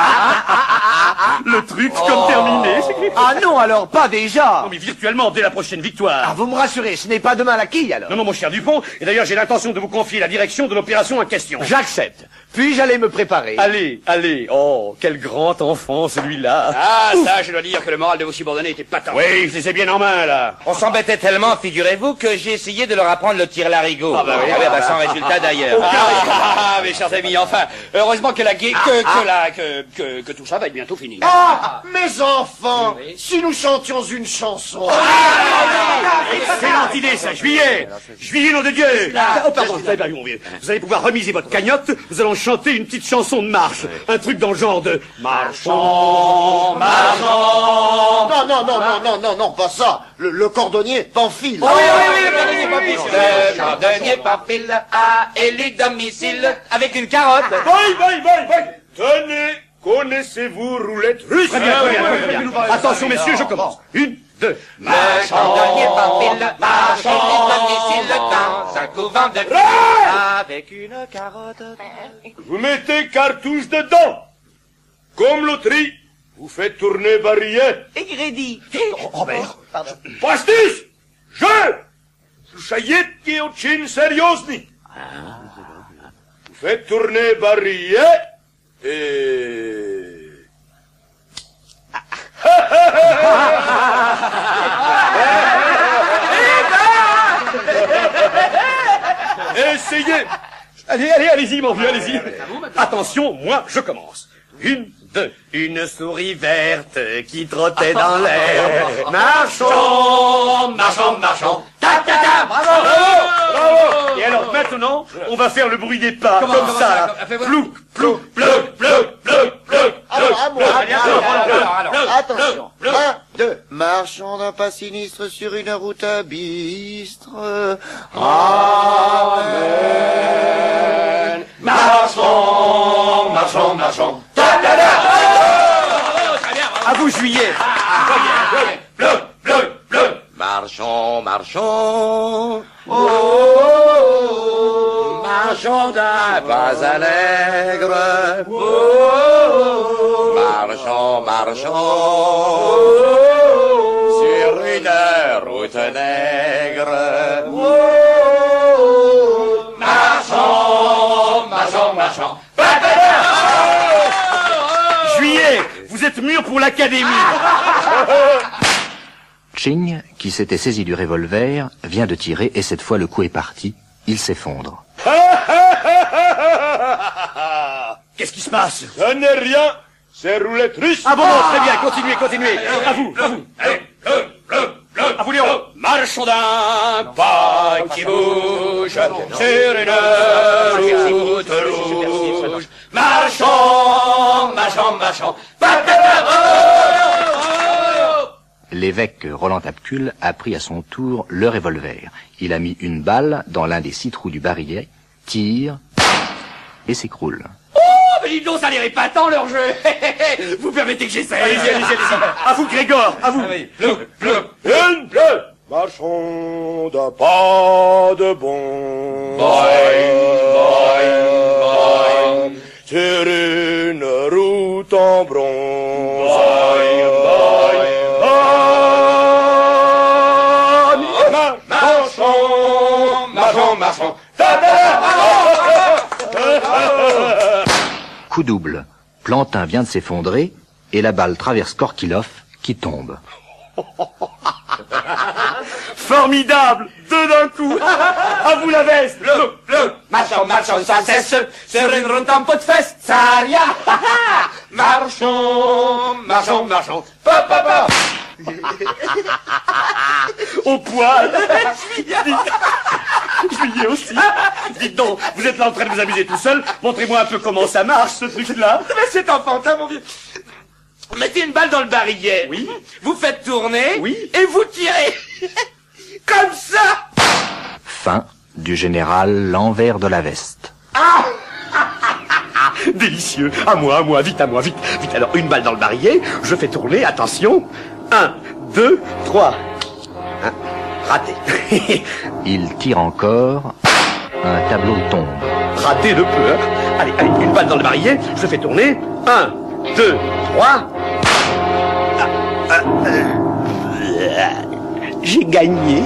Speaker 2: le truc comme terminé.
Speaker 20: Oh. Ah non, alors pas déjà
Speaker 2: Non, mais virtuellement, dès la prochaine victoire.
Speaker 20: Ah, vous me rassurez, ce n'est pas demain la quille, alors
Speaker 2: Non, non, mon cher Dupont, et d'ailleurs, j'ai l'intention de vous confier la direction de l'opération en question. Ah,
Speaker 20: J'accepte. Puis-je aller me préparer
Speaker 2: Allez, allez, oh, quel grand enfant, celui-là.
Speaker 6: Ah, ça, je dois dire que le moral de vos subordonnés était patent.
Speaker 2: Oui, je les ai bien en main, là.
Speaker 7: On s'embêtait tellement, figurez-vous, que j'ai essayé de leur apprendre le tir larigot.
Speaker 6: Ah bah oui,
Speaker 7: Ah
Speaker 6: ah
Speaker 7: bah
Speaker 6: bah.
Speaker 7: sans résultat d'ailleurs.
Speaker 6: Ah, ah, ah, mes chers amis, enfin, heureusement que la guerre, que,
Speaker 20: Ah,
Speaker 6: que la, que, que, que tout ça va être bientôt fini.
Speaker 10: Ah, mes enfants, si nous chantions une chanson.
Speaker 2: Excellente idée, ça, juillet Juillet, nom de Dieu Oh, pardon, vous avez perdu mon vieux. Vous allez pouvoir remiser votre cagnotte, nous allons chanter une petite chanson de marche. Un truc dans le genre de... Marchons, marchons
Speaker 10: Non, non, non, non, non, non, non, pas ça. Le, le cordonnier,
Speaker 2: Oh,
Speaker 10: Pamphile.
Speaker 7: Le cordonnier par fil a élu domicile avec une carotte.
Speaker 2: Ah.
Speaker 12: Bye, bye, bye, bye. Tenez, connaissez-vous roulette russe
Speaker 2: Très
Speaker 12: Ah,
Speaker 2: bien, très bien, très bien. Attention, messieurs, je commence. Une, deux...
Speaker 7: Le cordonnier par fil a élu domicile dans un couvent de fil.
Speaker 12: Avec une carotte. Vous mettez cartouche dedans. Comme loterie, vous faites tourner barillet.
Speaker 20: Et Grédy
Speaker 12: Robert. Pastis! Je! Слушаете очень серьезный. Vous faites tourner barillet et...
Speaker 2: Essayez Allez, allez, allez-y, mon vieux, allez-y. Attention, moi, je commence. Une, deux. Une souris verte qui trottait dans l'air. Marchons, marchons, marchons. Ta, ta, ta, bravo, bravo. Et alors, maintenant, on va faire le bruit des pas,
Speaker 21: Comment,
Speaker 2: comme
Speaker 21: comment
Speaker 2: ça,
Speaker 21: ça,
Speaker 2: là.
Speaker 21: comme-
Speaker 2: Plouc, plouc, plouc, plouc, plouc, plouc,
Speaker 10: Ah,
Speaker 2: plouc. Allez, alors, alors, alors, alors.
Speaker 10: Attention. Un, deux. Marchons d'un pas sinistre sur une route à bistre. Amen.
Speaker 12: Marchons, marchons, marchons.
Speaker 22: À vous, juillet.
Speaker 9: Marchons, marchons.
Speaker 7: Oh,
Speaker 9: Marchons d'un pas allègre. Marchons, marchons. Sur une route nègre.
Speaker 2: Oh,
Speaker 12: Marchons, marchons, marchons.
Speaker 2: Juillet, vous êtes mûr pour l'académie.
Speaker 1: Ching, qui s'était saisi du revolver, vient de tirer et cette fois le coup est parti. Il s'effondre.
Speaker 12: Qu'est-ce qui se passe Ce n'est rien, c'est roulette russe. Oh.
Speaker 2: Ah bon, très bien, continuez, continuez. À vous, à vous. À vous, Léon.
Speaker 12: Marchons d'un pas qui bouge sur une route rouge. Marchons, marchons, marchons.
Speaker 1: L'évêque Roland Apcul a pris à son tour le revolver. Il a mis une balle dans l'un des six trous du barillet, tire et s'écroule.
Speaker 23: Oh, mais dis donc, ça a l'air épatant, leur jeu. vous permettez que j'essaie.
Speaker 2: Allez-y, allez-y, allez-y. À vous, Grégor, à vous.
Speaker 12: Une bleue. Marchons d'un pas de bon. Sur une route en bronze. Marchons, marchons, marchons.
Speaker 1: Coup double. Plantin vient de s'effondrer et la balle traverse Korkilov qui tombe.
Speaker 2: Formidable. Deux d'un coup. À vous la veste.
Speaker 23: Bleu, bleu. Marchons, marchons, sans cesse. Sur une route en pot de fesse. Ça y
Speaker 12: Marchons, marchons, marchons. Pa, pa, pa.
Speaker 2: Au poil. Juillet aussi. Dites donc, vous êtes là en train de vous amuser tout seul. Montrez-moi un peu comment ça marche, ce truc-là.
Speaker 23: Mais c'est enfantin, mon vieux. Mettez une balle dans le barillet. Oui. Vous faites tourner. Oui. Et vous tirez. Comme ça.
Speaker 1: Fin du général l'envers de la veste.
Speaker 2: Ah Délicieux. À moi, à moi, vite, à moi, vite. Vite, alors, une balle dans le barillet. Je fais tourner, attention. Un, deux, trois. Hein, raté.
Speaker 1: Il tire encore. Un tableau tombe.
Speaker 2: Raté de peu, hein. Allez, allez, une balle dans le barillet. Je fais tourner. Un, deux, trois. Ah, ah, euh, J'ai gagné.